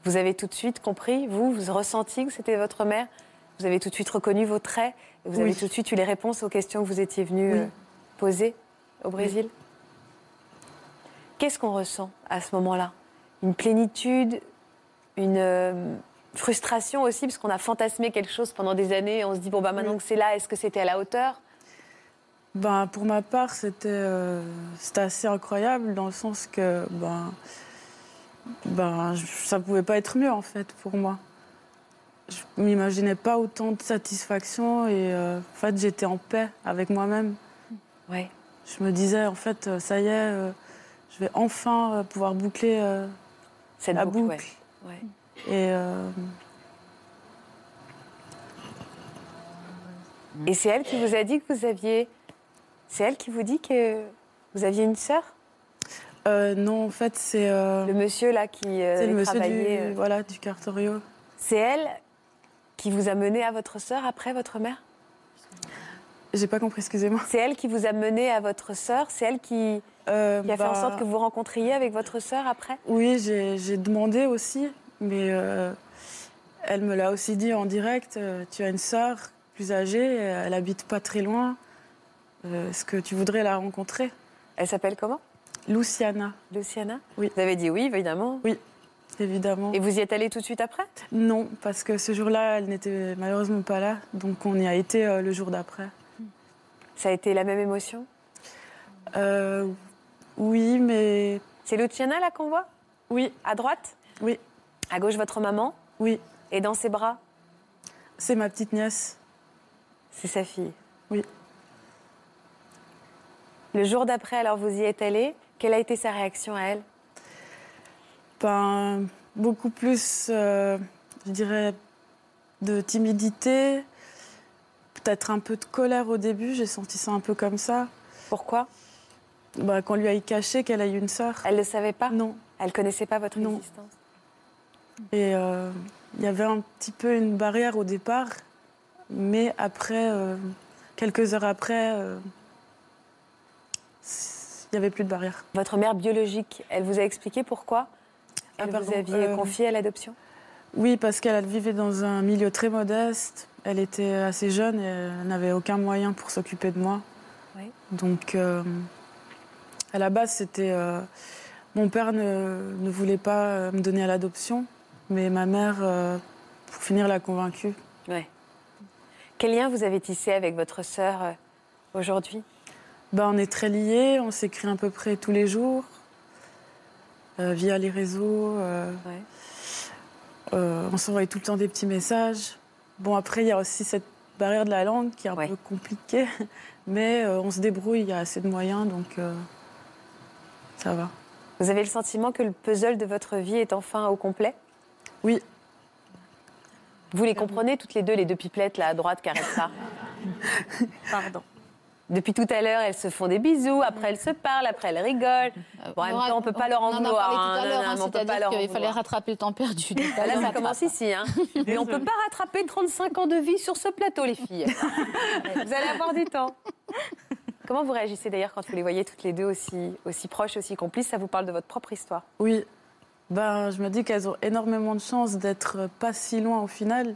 Speaker 2: Vous avez tout de suite compris, vous, vous ressentiez que c'était votre mère Vous avez tout de suite reconnu vos traits et Vous avez
Speaker 5: Oui.
Speaker 2: tout de suite eu les réponses aux questions que vous étiez venu euh,
Speaker 5: Oui.
Speaker 2: poser au Brésil Qu'est-ce qu'on ressent à ce moment-là Une plénitude Une euh, frustration aussi Parce qu'on a fantasmé quelque chose pendant des années et on se dit, bon, bah maintenant que c'est là, est-ce que c'était à la hauteur
Speaker 5: Ben, pour ma part, c'était, euh, c'était assez incroyable dans le sens que ben, ben, je- ça pouvait pas être mieux en fait pour moi. Je m'imaginais pas autant de satisfaction et euh, en fait j'étais en paix avec moi-même.
Speaker 2: Ouais.
Speaker 5: Je me disais en fait euh, ça y est, euh, je vais enfin euh, pouvoir boucler euh,
Speaker 2: Cette
Speaker 5: la
Speaker 2: boucle, ouais.
Speaker 5: boucle.
Speaker 2: Ouais.
Speaker 5: Et euh,
Speaker 2: Et c'est elle qui vous a dit que vous aviez. C'est elle qui vous dit que vous aviez une sœur
Speaker 5: euh, non en fait c'est euh,
Speaker 2: Le monsieur là qui euh,
Speaker 5: c'est
Speaker 2: avait
Speaker 5: le monsieur du,
Speaker 2: travaillé. euh,
Speaker 5: voilà, du cartorio.
Speaker 2: C'est elle qui vous a mené à votre sœur après votre mère
Speaker 5: J'ai pas compris, excusez-moi.
Speaker 2: C'est elle qui vous a mené à votre sœur C'est elle qui,
Speaker 5: Euh,
Speaker 2: qui a fait en
Speaker 5: bah,
Speaker 2: sorte que vous vous rencontriez avec votre sœur après
Speaker 5: Oui, j'ai j'ai demandé aussi, mais euh, elle me l'a aussi dit en direct. euh, tu as une sœur plus âgée, euh, elle habite pas très loin. Euh, Est-ce que tu voudrais la rencontrer
Speaker 2: Elle s'appelle comment
Speaker 5: Luciana,
Speaker 2: Luciana
Speaker 5: Oui.
Speaker 2: Vous avez dit oui, évidemment.
Speaker 5: évidemment.
Speaker 2: Et vous y êtes allée tout de suite après
Speaker 5: Non, parce que ce jour-là, elle n'était malheureusement pas là, donc on y a été euh, le jour d'après.
Speaker 2: Ça a été la même émotion
Speaker 5: Euh, oui, mais
Speaker 2: C'est Luciana là qu'on voit
Speaker 5: oui,
Speaker 2: À droite
Speaker 5: Oui.
Speaker 2: À gauche, votre maman
Speaker 5: oui,
Speaker 2: Et dans ses bras,
Speaker 5: c'est ma petite nièce.
Speaker 2: c'est sa fille
Speaker 5: Oui.
Speaker 2: Le jour d'après, alors vous y êtes allée, quelle a été sa réaction à elle
Speaker 5: Ben, beaucoup plus, euh, je dirais, de timidité, peut-être un peu de colère au début, j'ai senti ça un peu comme ça.
Speaker 2: Pourquoi
Speaker 5: Ben, qu'on lui aille caché qu'elle a eu une sœur.
Speaker 2: Elle ne le savait pas
Speaker 5: Non.
Speaker 2: Elle connaissait pas votre
Speaker 5: Non.
Speaker 2: existence
Speaker 5: Et euh, il y avait un petit peu une barrière au départ, mais après, euh, quelques heures après, euh, c- il n'y avait plus de barrière.
Speaker 2: Votre mère biologique, elle vous a expliqué pourquoi
Speaker 5: Ah,
Speaker 2: elle vous
Speaker 5: pardon,
Speaker 2: aviez
Speaker 5: euh,
Speaker 2: confié à l'adoption
Speaker 5: Oui, parce qu'elle elle vivait dans un milieu très modeste. Elle était assez jeune et elle n'avait aucun moyen pour s'occuper de moi.
Speaker 2: Oui.
Speaker 5: Donc, euh, à la base, c'était. euh, mon père ne, ne voulait pas euh, me donner à l'adoption, mais ma mère, euh, pour finir, l'a convaincue.
Speaker 2: Ouais. Quel lien vous avez tissé avec votre sœur euh, aujourd'hui
Speaker 5: Ben, on est très liés, on s'écrit à peu près tous les jours, euh, via les réseaux. euh,
Speaker 2: Ouais.
Speaker 5: euh, on s'envoie tout le temps des petits messages. Bon, après, il y a aussi cette barrière de la langue qui est un
Speaker 2: Ouais.
Speaker 5: peu compliquée, mais euh, on se débrouille, il y a assez de moyens, donc euh, ça va.
Speaker 2: Vous avez le sentiment que le puzzle de votre vie est enfin au complet
Speaker 5: Oui.
Speaker 2: Vous les comprenez toutes les deux, les deux pipelettes là à droite, Karenza
Speaker 6: Pardon.
Speaker 2: Depuis tout à l'heure, elles se font des bisous, après elles se parlent, après elles rigolent. Bon, en même
Speaker 7: Laura,
Speaker 2: temps, on peut pas leur en
Speaker 7: en a
Speaker 2: vouloir,
Speaker 7: parlé
Speaker 2: hein.
Speaker 7: tout à l'heure,
Speaker 2: Non, non,
Speaker 7: hein,
Speaker 2: mais on peut pas
Speaker 7: c'est-à-dire
Speaker 2: leur en
Speaker 7: qu'il fallait
Speaker 2: vouloir.
Speaker 7: rattraper le temps perdu. Donc,
Speaker 2: Là,
Speaker 7: on
Speaker 2: ça
Speaker 7: rattrape.
Speaker 2: commence ici. Hein. Mais on ne peut pas rattraper 35 ans de vie sur ce plateau, les filles. Vous allez avoir du temps. Comment vous réagissez d'ailleurs quand vous les voyez toutes les deux aussi, aussi proches, aussi complices Ça vous parle de votre propre histoire.
Speaker 5: Oui, ben, je me dis qu'elles ont énormément de chance d'être euh, pas si loin au final,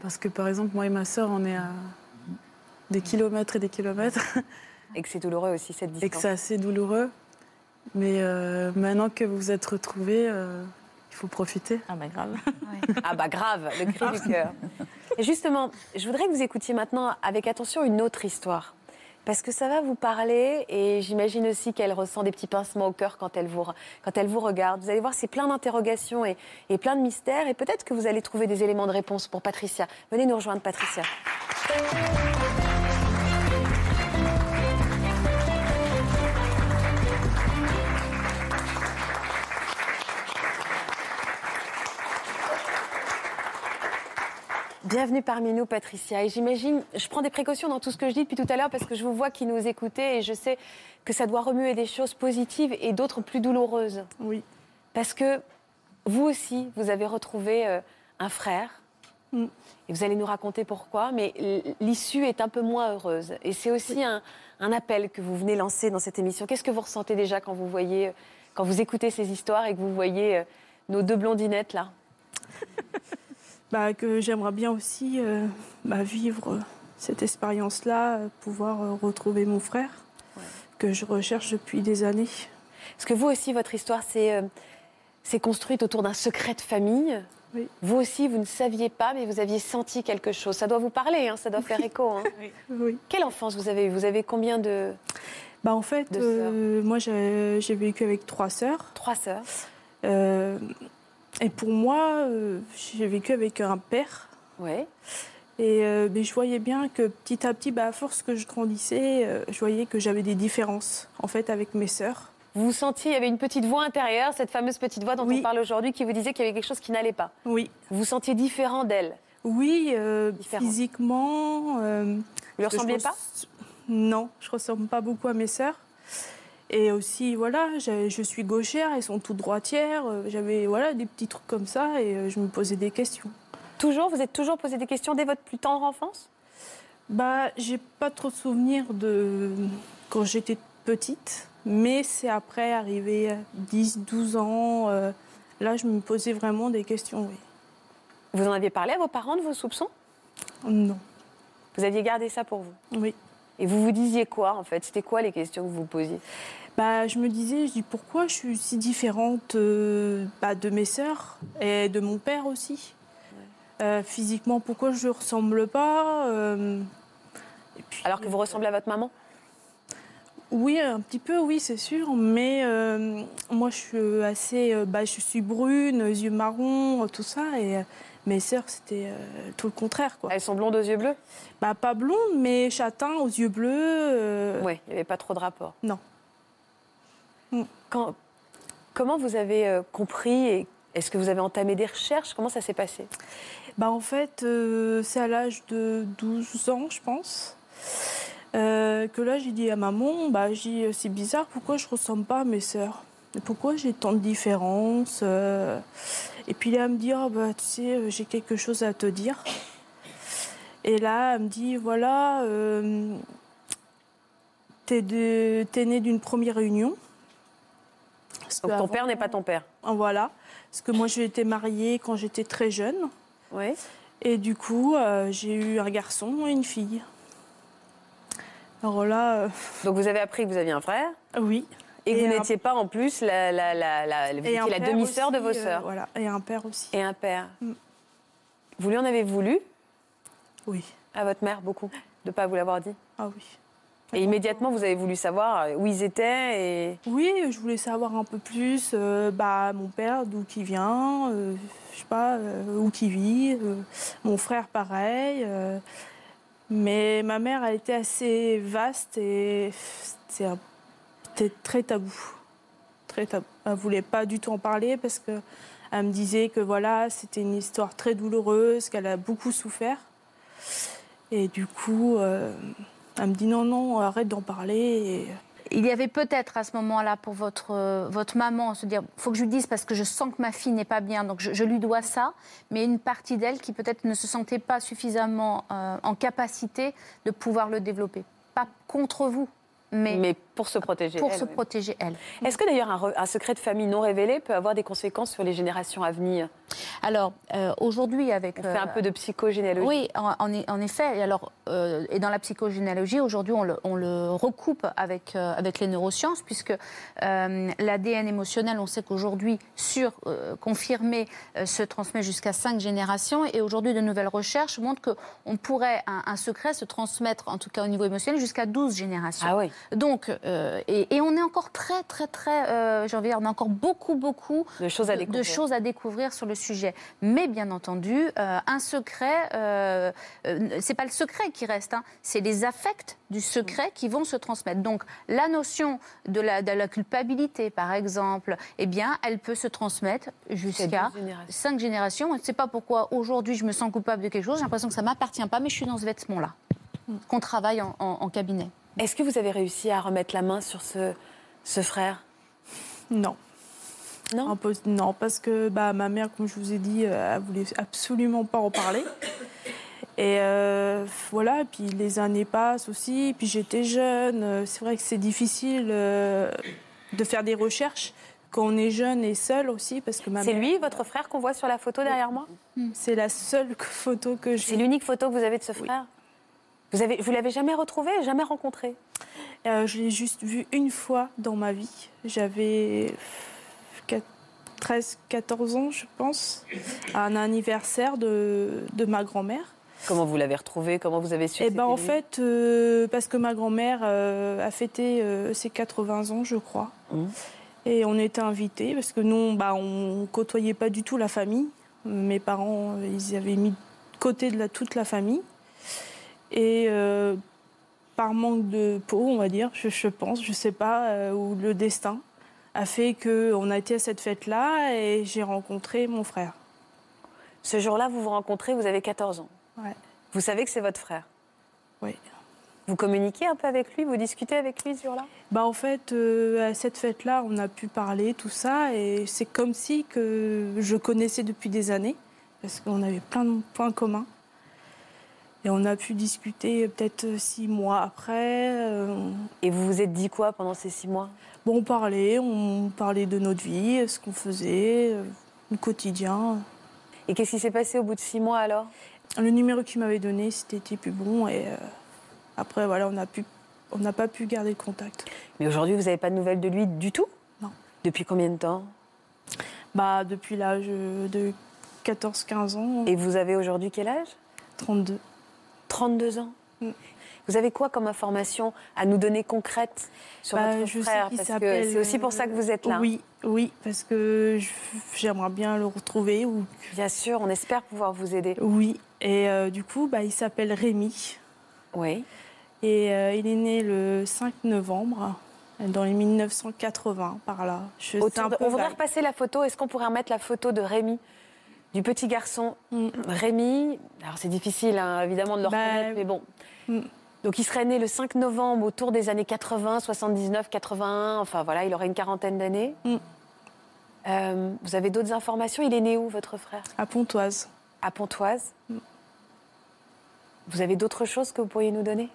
Speaker 5: parce que par exemple, moi et ma sœur, on est à des kilomètres et des kilomètres.
Speaker 2: Et que c'est douloureux aussi cette
Speaker 5: et que
Speaker 2: distance.
Speaker 5: c'est assez douloureux. Mais euh, maintenant que vous vous êtes retrouvés, euh, il faut profiter.
Speaker 6: Ah bah grave.
Speaker 2: Ah bah grave, le cri du cœur. Et justement, je voudrais que vous écoutiez maintenant avec attention une autre histoire. Parce que ça va vous parler et j'imagine aussi qu'elle ressent des petits pincements au cœur quand elle vous, quand elle vous regarde. Vous allez voir, c'est plein d'interrogations et, et plein de mystères et peut-être que vous allez trouver des éléments de réponse pour Patricia. Venez nous rejoindre, Patricia. Bienvenue parmi nous, Patricia. Et j'imagine, je prends des précautions dans tout ce que je dis depuis tout à l'heure parce que je vous vois qui nous écoutez et je sais que ça doit remuer des choses positives et d'autres plus douloureuses.
Speaker 5: Oui.
Speaker 2: Parce que vous aussi, vous avez retrouvé euh, un frère.
Speaker 5: Mm.
Speaker 2: Et vous allez nous raconter pourquoi, mais l- l'issue est un peu moins heureuse. Et c'est aussi un, un appel que vous venez lancer dans cette émission. Qu'est-ce que vous ressentez déjà quand vous voyez, euh, quand vous écoutez ces histoires et que vous voyez euh, nos deux blondinettes là
Speaker 5: Bah, que j'aimerais bien aussi euh, bah, vivre euh, cette expérience-là, euh, pouvoir euh, retrouver mon frère que je recherche depuis des années.
Speaker 2: Parce que vous aussi, votre histoire s'est euh, s'est construite autour d'un secret de famille.
Speaker 5: Oui.
Speaker 2: Vous aussi, vous ne saviez pas, mais vous aviez senti quelque chose. Ça doit vous parler, hein, ça doit faire écho. hein.
Speaker 5: Oui.
Speaker 2: Quelle enfance vous avez eue Vous avez combien de...
Speaker 5: Bah, en fait,
Speaker 2: Deux
Speaker 5: euh, moi j'ai j'ai vécu avec trois sœurs.
Speaker 2: Trois sœurs.
Speaker 5: Euh, et pour moi, euh, j'ai vécu avec un père.
Speaker 2: Oui.
Speaker 5: Et euh, mais je voyais bien que petit à petit, bah, à force que je grandissais, euh, je voyais que j'avais des différences en fait avec mes sœurs.
Speaker 2: Vous vous sentiez, il y avait une petite voix intérieure, cette fameuse petite voix dont
Speaker 5: Oui.
Speaker 2: on parle aujourd'hui, qui vous disait qu'il y avait quelque chose qui n'allait pas.
Speaker 5: Oui.
Speaker 2: Vous vous sentiez différent d'elle.
Speaker 5: Oui, euh,
Speaker 2: Différent.
Speaker 5: physiquement. euh,
Speaker 2: Vous ne lui
Speaker 5: parce que je
Speaker 2: ressembliez pas
Speaker 5: res- Non, je ressemble pas beaucoup à mes sœurs. Et aussi, voilà, j'ai- je suis gauchère, elles sont toutes droitières. euh, J'avais voilà des petits trucs comme ça et euh, je me posais des questions.
Speaker 2: Toujours Vous êtes toujours posé des questions dès votre plus tendre enfance
Speaker 5: Bah, j'ai pas trop de souvenirs de quand j'étais petite, mais c'est après, arrivé à 10, 12 ans, euh, là, je me posais vraiment des questions, oui.
Speaker 2: Vous en aviez parlé à vos parents de vos soupçons
Speaker 5: Non,
Speaker 2: Vous aviez gardé ça pour vous
Speaker 5: oui.
Speaker 2: Et vous vous disiez quoi, en fait C'était quoi les questions que vous vous posiez
Speaker 5: Bah, je me disais, je dis pourquoi je suis si différente euh, bah, de mes sœurs et de mon père aussi. Euh, physiquement, pourquoi je ressemble pas euh, et puis-
Speaker 2: Alors que vous ressemblez à votre maman
Speaker 5: Oui, un petit peu, oui, c'est sûr. Mais euh, moi, je suis assez, euh, bah, je suis brune, yeux marrons, euh, tout ça. Et euh, mes sœurs, c'était euh, tout le contraire, quoi.
Speaker 2: Elles sont blondes aux yeux bleus
Speaker 5: Bah, pas blonde, mais châtain, aux yeux bleus. euh,
Speaker 2: Oui, il n'y avait pas trop de rapport.
Speaker 5: Non. Mm.
Speaker 2: Quand- comment vous avez euh, compris et est-ce que vous avez entamé des recherches Comment ça s'est passé
Speaker 5: Bah, en fait, euh, c'est à l'âge de 12 ans, je pense. euh, que là, j'ai dit à maman, bah, j'ai dit, euh, c'est bizarre, pourquoi je ressemble pas à mes sœurs Et Pourquoi j'ai tant de différences euh, Et puis là, elle me dit, Ah, bah, tu sais, euh, j'ai quelque chose à te dire. Et là, elle me dit, voilà, euh, t'es de- t'es née d'une première réunion. Parce que
Speaker 2: Donc ton
Speaker 5: avant- ah,
Speaker 2: père n'est pas ton père.
Speaker 5: Voilà, parce que moi, j'ai été mariée quand j'étais très jeune.
Speaker 2: Oui.
Speaker 5: Et du coup, euh, j'ai eu un garçon et une fille. Alors là, euh,
Speaker 2: Donc vous avez appris que vous aviez un frère
Speaker 5: oui.
Speaker 2: et que
Speaker 5: Et
Speaker 2: vous
Speaker 5: un-
Speaker 2: n'étiez pas en plus la, la- la- la- vous étiez
Speaker 5: un
Speaker 2: la
Speaker 5: père
Speaker 2: demi-sœur de
Speaker 5: aussi,
Speaker 2: vos
Speaker 5: euh,
Speaker 2: sœurs.
Speaker 5: voilà, et un père aussi.
Speaker 2: Et un père.
Speaker 5: Mm.
Speaker 2: Vous lui en avez voulu
Speaker 5: Oui.
Speaker 2: à votre mère beaucoup de ne pas vous l'avoir dit
Speaker 5: Ah oui.
Speaker 2: Et immédiatement vous avez voulu savoir euh, où ils étaient et
Speaker 5: Oui, je voulais savoir un peu plus, euh, bah, mon père, d'où qui vient, euh, je sais pas, euh, où qui vit, euh, mon frère pareil. euh, Mais ma mère, elle était assez vaste et c'est un- c'était très tabou. Très tabou. Elle voulait pas du tout en parler parce que elle me disait que voilà, c'était une histoire très douloureuse, qu'elle a beaucoup souffert. Et du coup, euh, elle me dit non, non, arrête d'en parler. Et
Speaker 7: Il y avait peut-être à ce moment-là pour votre, euh, votre maman se dire, faut que je lui dise parce que je sens que ma fille n'est pas bien, donc je, je lui dois ça, mais une partie d'elle qui peut-être ne se sentait pas suffisamment euh, en capacité de pouvoir le développer. Pas contre vous, mais,
Speaker 2: Mais pour se protéger.
Speaker 7: pour
Speaker 2: elle,
Speaker 7: se
Speaker 2: oui.
Speaker 7: protéger elle.
Speaker 2: Est-ce que d'ailleurs un, re- un secret de famille non révélé peut avoir des conséquences sur les générations à venir
Speaker 7: Alors, euh, aujourd'hui, avec...
Speaker 2: On fait un
Speaker 7: euh,
Speaker 2: peu de psychogénéalogie.
Speaker 7: Oui, en, en é- en effet. Et, alors, euh, et dans la psychogénéalogie, aujourd'hui, on le, on le recoupe avec, euh, avec les neurosciences, puisque euh, l'ADN émotionnel, on sait qu'aujourd'hui, sur, euh, confirmé, euh, se transmet jusqu'à cinq générations. Et aujourd'hui, de nouvelles recherches montrent qu'on pourrait, un, un secret, se transmettre, en tout cas au niveau émotionnel, jusqu'à 12 générations.
Speaker 2: Ah oui.
Speaker 7: Donc, euh, et, et on est encore très, très, très, euh, j'ai envie de dire, on a encore beaucoup, beaucoup
Speaker 2: De choses à
Speaker 7: de-
Speaker 2: découvrir.
Speaker 7: De choses à découvrir sur le sujet. Mais bien entendu, euh, un secret, euh, euh, c'est pas le secret qui reste, hein, c'est les affects du secret qui vont se transmettre. Donc la notion de la, de la culpabilité, par exemple, eh bien, elle peut se transmettre jusqu'à cinq générations. On ne sait pas pourquoi aujourd'hui je me sens coupable de quelque chose. J'ai l'impression que ça m'appartient pas, mais je suis dans ce vêtement-là
Speaker 2: Mm.
Speaker 7: qu'on travaille en- en- en cabinet.
Speaker 2: Est-ce que vous avez réussi à remettre la main sur ce, ce frère
Speaker 5: non.
Speaker 2: Non
Speaker 5: Un peu- non, parce que bah, ma mère, comme je vous ai dit, euh, elle voulait absolument pas en parler. Et euh, voilà, puis les années passent aussi, puis j'étais jeune. euh, C'est vrai que c'est difficile euh, de faire des recherches quand on est jeune et seul aussi, parce que ma
Speaker 2: C'est
Speaker 5: mère,
Speaker 2: lui, votre frère, qu'on voit sur la photo derrière moi
Speaker 5: c'est la seule photo que
Speaker 2: C'est
Speaker 5: j'ai.
Speaker 2: l'unique photo que vous avez de ce frère Vous avez, vous l'avez jamais retrouvé, jamais rencontré
Speaker 5: Euh, je l'ai juste vu une fois dans ma vie. J'avais 13-14 ans, je pense, à un anniversaire de, de ma grand-mère.
Speaker 2: Comment vous l'avez retrouvé Comment vous avez su
Speaker 5: Et
Speaker 2: que
Speaker 5: ben en
Speaker 2: c'était lui
Speaker 5: fait, euh, parce que ma grand-mère euh, a fêté euh, ses 80 ans, je crois.
Speaker 2: Mhm.
Speaker 5: Et on était invités, parce que nous, bah, on côtoyait pas du tout la famille. Mes parents, euh, ils avaient mis de côté de la, toute la famille. Et euh, par manque de peau, on va dire, je, je pense, je sais pas, euh, ou le destin a fait qu'on a été à cette fête-là et j'ai rencontré mon frère.
Speaker 2: Ce jour-là, vous vous rencontrez, vous avez 14 ans.
Speaker 5: Ouais.
Speaker 2: Vous savez que c'est votre frère
Speaker 5: Oui.
Speaker 2: Vous communiquez un peu avec lui Vous discutez avec lui ce jour-là
Speaker 5: Bah en fait, euh, à cette fête-là, on a pu parler, tout ça, et c'est comme si que je connaissais depuis des années, parce qu'on avait plein de points communs. Et on a pu discuter euh, peut-être six mois après. euh,
Speaker 2: Et vous vous êtes dit quoi pendant ces six mois
Speaker 5: bon, on parlait, on parlait de notre vie, euh, ce qu'on faisait, euh, le quotidien.
Speaker 2: Et qu'est-ce qui s'est passé au bout de six mois alors
Speaker 5: Le numéro qu'il m'avait donné, c'était plus bon, et euh, après, voilà, on a pu, on n'a pas pu garder le contact.
Speaker 2: Mais aujourd'hui, vous n'avez pas de nouvelles de lui du tout
Speaker 5: Non.
Speaker 2: Depuis combien de temps
Speaker 5: Bah depuis l'âge de 14-15 ans,
Speaker 2: Et vous avez aujourd'hui quel âge
Speaker 5: 32.
Speaker 2: 32 ans.
Speaker 5: Mm.
Speaker 2: Vous avez quoi comme information à nous donner concrète sur
Speaker 5: Bah,
Speaker 2: votre
Speaker 5: je sais
Speaker 2: frère
Speaker 5: qu'il
Speaker 2: Parce que
Speaker 5: s'appelle,
Speaker 2: c'est aussi pour ça que vous êtes là.
Speaker 5: Oui, oui, parce que je- j'aimerais bien le retrouver. Ou...
Speaker 2: Bien sûr, on espère pouvoir vous aider.
Speaker 5: Oui. Et euh, du coup, bah, il s'appelle Rémi.
Speaker 2: Oui.
Speaker 5: Et euh, il est né le 5 novembre, dans les 1980, par là. Je, c'est
Speaker 2: Autour
Speaker 5: un
Speaker 2: de-
Speaker 5: peu
Speaker 2: On voudrait
Speaker 5: vague.
Speaker 2: repasser la photo. Est-ce qu'on pourrait remettre la photo de Rémi, du petit garçon
Speaker 5: Mm.
Speaker 2: Rémi, alors c'est difficile hein, évidemment de le
Speaker 5: Bah,
Speaker 2: reconnaître, mais bon.
Speaker 5: mm.
Speaker 2: Donc il serait né le 5 novembre autour des années 80, 79, 81, enfin voilà, il aurait une quarantaine d'années.
Speaker 5: Mm.
Speaker 2: Euh, vous avez d'autres informations Il est né où, votre frère
Speaker 5: à Pontoise.
Speaker 2: À Pontoise
Speaker 5: Mm.
Speaker 2: Vous avez d'autres choses que vous pourriez nous donner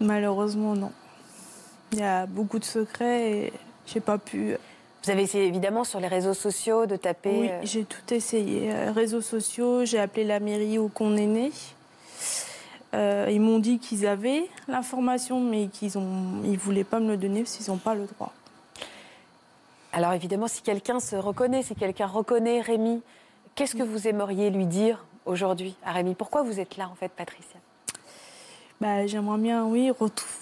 Speaker 5: Malheureusement, non. Il y a beaucoup de secrets et j'ai pas pu.
Speaker 2: Vous avez essayé évidemment sur les réseaux sociaux de taper.
Speaker 5: oui,
Speaker 2: euh,
Speaker 5: j'ai tout essayé. Euh, Réseaux sociaux, j'ai appelé la mairie où qu'on est né. Euh, ils m'ont dit qu'ils avaient l'information, mais qu'ils ont, ils voulaient pas me le donner parce qu'ils n'ont pas le droit.
Speaker 2: Alors évidemment, si quelqu'un se reconnaît, si quelqu'un reconnaît Rémi, qu'est-ce que vous aimeriez lui dire aujourd'hui à Rémi Pourquoi vous êtes là en fait, Patricia
Speaker 5: Bah, j'aimerais bien, oui, retrouver.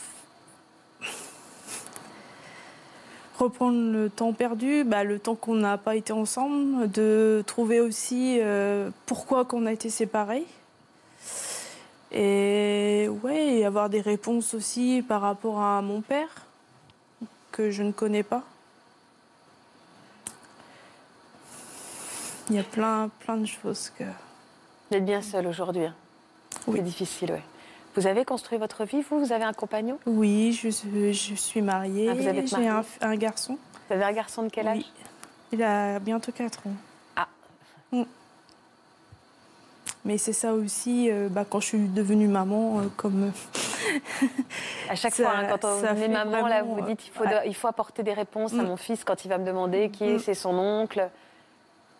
Speaker 5: Reprendre le temps perdu, bah, le temps qu'on n'a pas été ensemble, de trouver aussi euh, pourquoi qu'on a été séparés.
Speaker 4: Et ouais, et avoir des réponses aussi par rapport à mon père, que je ne connais pas. Il y a plein, plein de choses que.
Speaker 2: D'être bien seul aujourd'hui. hein. C'est difficile, oui. Vous avez construit votre vie, vous Vous avez un compagnon
Speaker 4: Oui, je, suis- je suis mariée.
Speaker 2: Ah, vous avez été
Speaker 4: J'ai un,
Speaker 2: mariée.
Speaker 4: un garçon.
Speaker 2: Vous avez un garçon de quel âge
Speaker 4: Oui. Il a bientôt 4 ans.
Speaker 2: Ah.
Speaker 4: Mm. Mais c'est ça aussi, euh, bah, quand je suis devenue maman, euh, comme.
Speaker 2: À chaque
Speaker 4: Ça-
Speaker 2: fois, hein, quand
Speaker 4: ça
Speaker 2: on est
Speaker 4: fait
Speaker 2: maman, là, vous
Speaker 4: vraiment,
Speaker 2: vous dites il faut,
Speaker 4: ouais.
Speaker 2: de- il faut apporter des réponses à
Speaker 4: Mm.
Speaker 2: mon fils quand il va me demander qui est,
Speaker 4: Mm.
Speaker 2: c'est son oncle.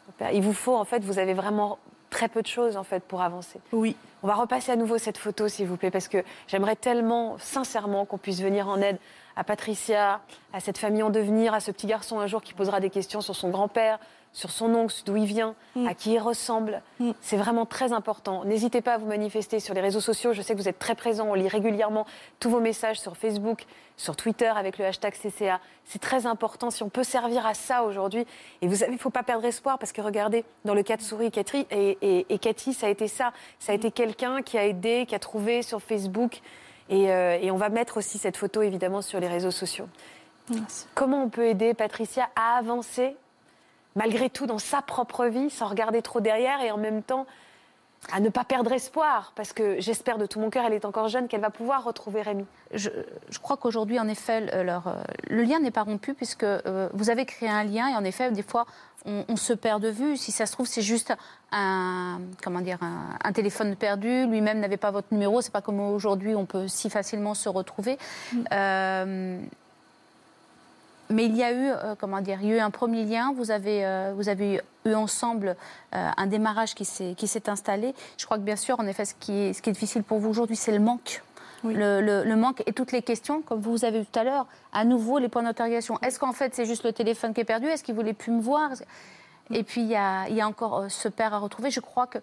Speaker 2: Mon père. Il vous faut, en fait, vous avez vraiment très peu de choses, en fait, pour avancer.
Speaker 4: Oui.
Speaker 2: On va repasser à nouveau cette photo, s'il vous plaît, parce que j'aimerais tellement, sincèrement, qu'on puisse venir en aide à Patricia, à cette famille en devenir, à ce petit garçon un jour qui posera des questions sur son grand-père, sur son oncle, d'où il vient,
Speaker 4: Mm.
Speaker 2: à qui il ressemble.
Speaker 4: Mm.
Speaker 2: C'est vraiment très important. N'hésitez pas à vous manifester sur les réseaux sociaux. Je sais que vous êtes très présents. On lit régulièrement tous vos messages sur Facebook, sur Twitter avec le hashtag CCA. C'est très important si on peut servir à ça aujourd'hui. Et vous savez, il ne faut pas perdre espoir parce que regardez, dans le cas de Souris Cathy, et, et- et Cathy, ça a été ça. Ça a été quelqu'un qui a aidé, qui a trouvé sur Facebook. Et, euh, et on va mettre aussi cette photo évidemment sur les réseaux sociaux.
Speaker 4: Merci.
Speaker 2: Comment on peut aider Patricia à avancer malgré tout dans sa propre vie sans regarder trop derrière et en même temps à ne pas perdre espoir parce que j'espère de tout mon cœur, elle est encore jeune, qu'elle va pouvoir retrouver Rémi.
Speaker 7: je, je crois qu'aujourd'hui, en effet, le, leur, euh, le lien n'est pas rompu puisque euh, vous avez créé un lien et en effet, des fois, on, on se perd de vue. Si ça se trouve, c'est juste un, comment dire, un, un téléphone perdu. Lui-même n'avait pas votre numéro. C'est pas comme aujourd'hui, on peut si facilement se retrouver. Euh, mais il y a eu, euh, comment dire, il y a eu un premier lien. Vous avez, euh, vous avez eu ensemble euh, un démarrage qui s'est qui s'est installé. Je crois que bien sûr, en effet, ce qui est, ce qui est difficile pour vous aujourd'hui, c'est le manque.
Speaker 4: Oui.
Speaker 7: Le, le- le manque et toutes les questions, comme vous avez eu tout à l'heure, à nouveau les points d'interrogation. Est-ce qu'en fait c'est juste le téléphone qui est perdu Est-ce qu'il voulait plus me voir Et puis il y a, il y a encore euh, ce père à retrouver. Je crois que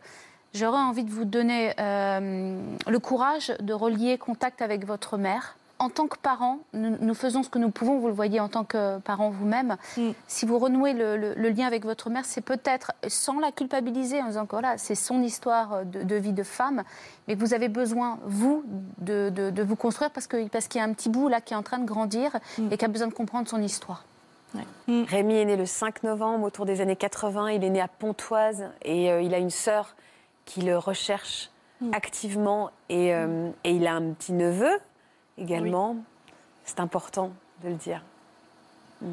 Speaker 7: j'aurais envie de vous donner euh, le courage de relier contact avec votre mère. En tant que parent, nous, nous faisons ce que nous pouvons, vous le voyez en tant que parent vous-même.
Speaker 4: Mm.
Speaker 7: Si vous renouez le, le- le lien avec votre mère, c'est peut-être, sans la culpabiliser en disant que voilà, c'est son histoire de, de vie de femme, mais que vous avez besoin, vous, de, de- de vous construire parce qu'il parce qu'il y a un petit bout là qui est en train de grandir et qui a besoin de comprendre son histoire.
Speaker 2: Rémi est né le 5 novembre, autour des années 80. Il est né à Pontoise et euh, il a une sœur qui le recherche activement. Et, euh, et il a un petit neveu également. C'est important de le dire. Mm.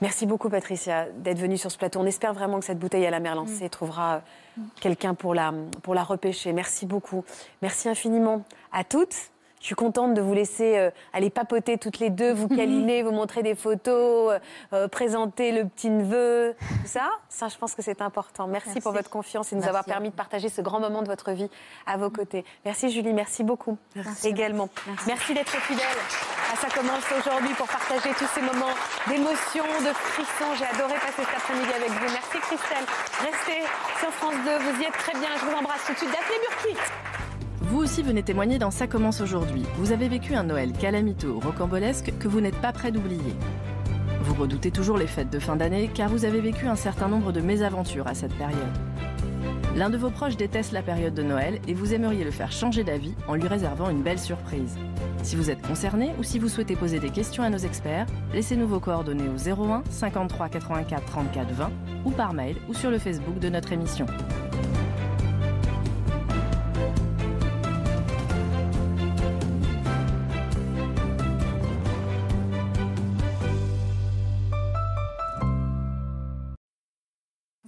Speaker 2: Merci beaucoup, Patricia, d'être venue sur ce plateau. On espère vraiment que cette bouteille à la mer lancée trouvera euh, quelqu'un pour la, pour la repêcher. Merci beaucoup. Merci infiniment à toutes. Je suis contente de vous laisser euh, aller papoter toutes les deux, vous câliner, vous montrer des photos, euh, euh, présenter le petit neveu, tout ça. Ça, je pense que c'est important. Merci,
Speaker 7: Merci.
Speaker 2: pour votre confiance et de nous
Speaker 7: Merci
Speaker 2: avoir
Speaker 7: à
Speaker 2: permis de partager ce grand moment de votre vie à
Speaker 1: Mm.
Speaker 2: vos côtés. Merci Julie, merci beaucoup également. Merci, d'être fidèle à Ça commence aujourd'hui pour partager tous ces moments d'émotion, de frisson. J'ai adoré passer cet après-midi avec vous. Merci Christelle. Restez sur France 2, vous y êtes très bien. Je vous embrasse tout de suite. Daphné Burki.
Speaker 8: Vous aussi venez témoigner dans Ça commence aujourd'hui. Vous avez vécu un Noël calamiteux, rocambolesque, que vous n'êtes pas prêt d'oublier. Vous redoutez toujours les fêtes de fin d'année car vous avez vécu un certain nombre de mésaventures à cette période. L'un de vos proches déteste la période de Noël et vous aimeriez le faire changer d'avis en lui réservant une belle surprise. Si vous êtes concerné ou si vous souhaitez poser des questions à nos experts, laissez-nous vos coordonnées au 01 53 84 34 20 ou par mail ou sur le Facebook de notre émission.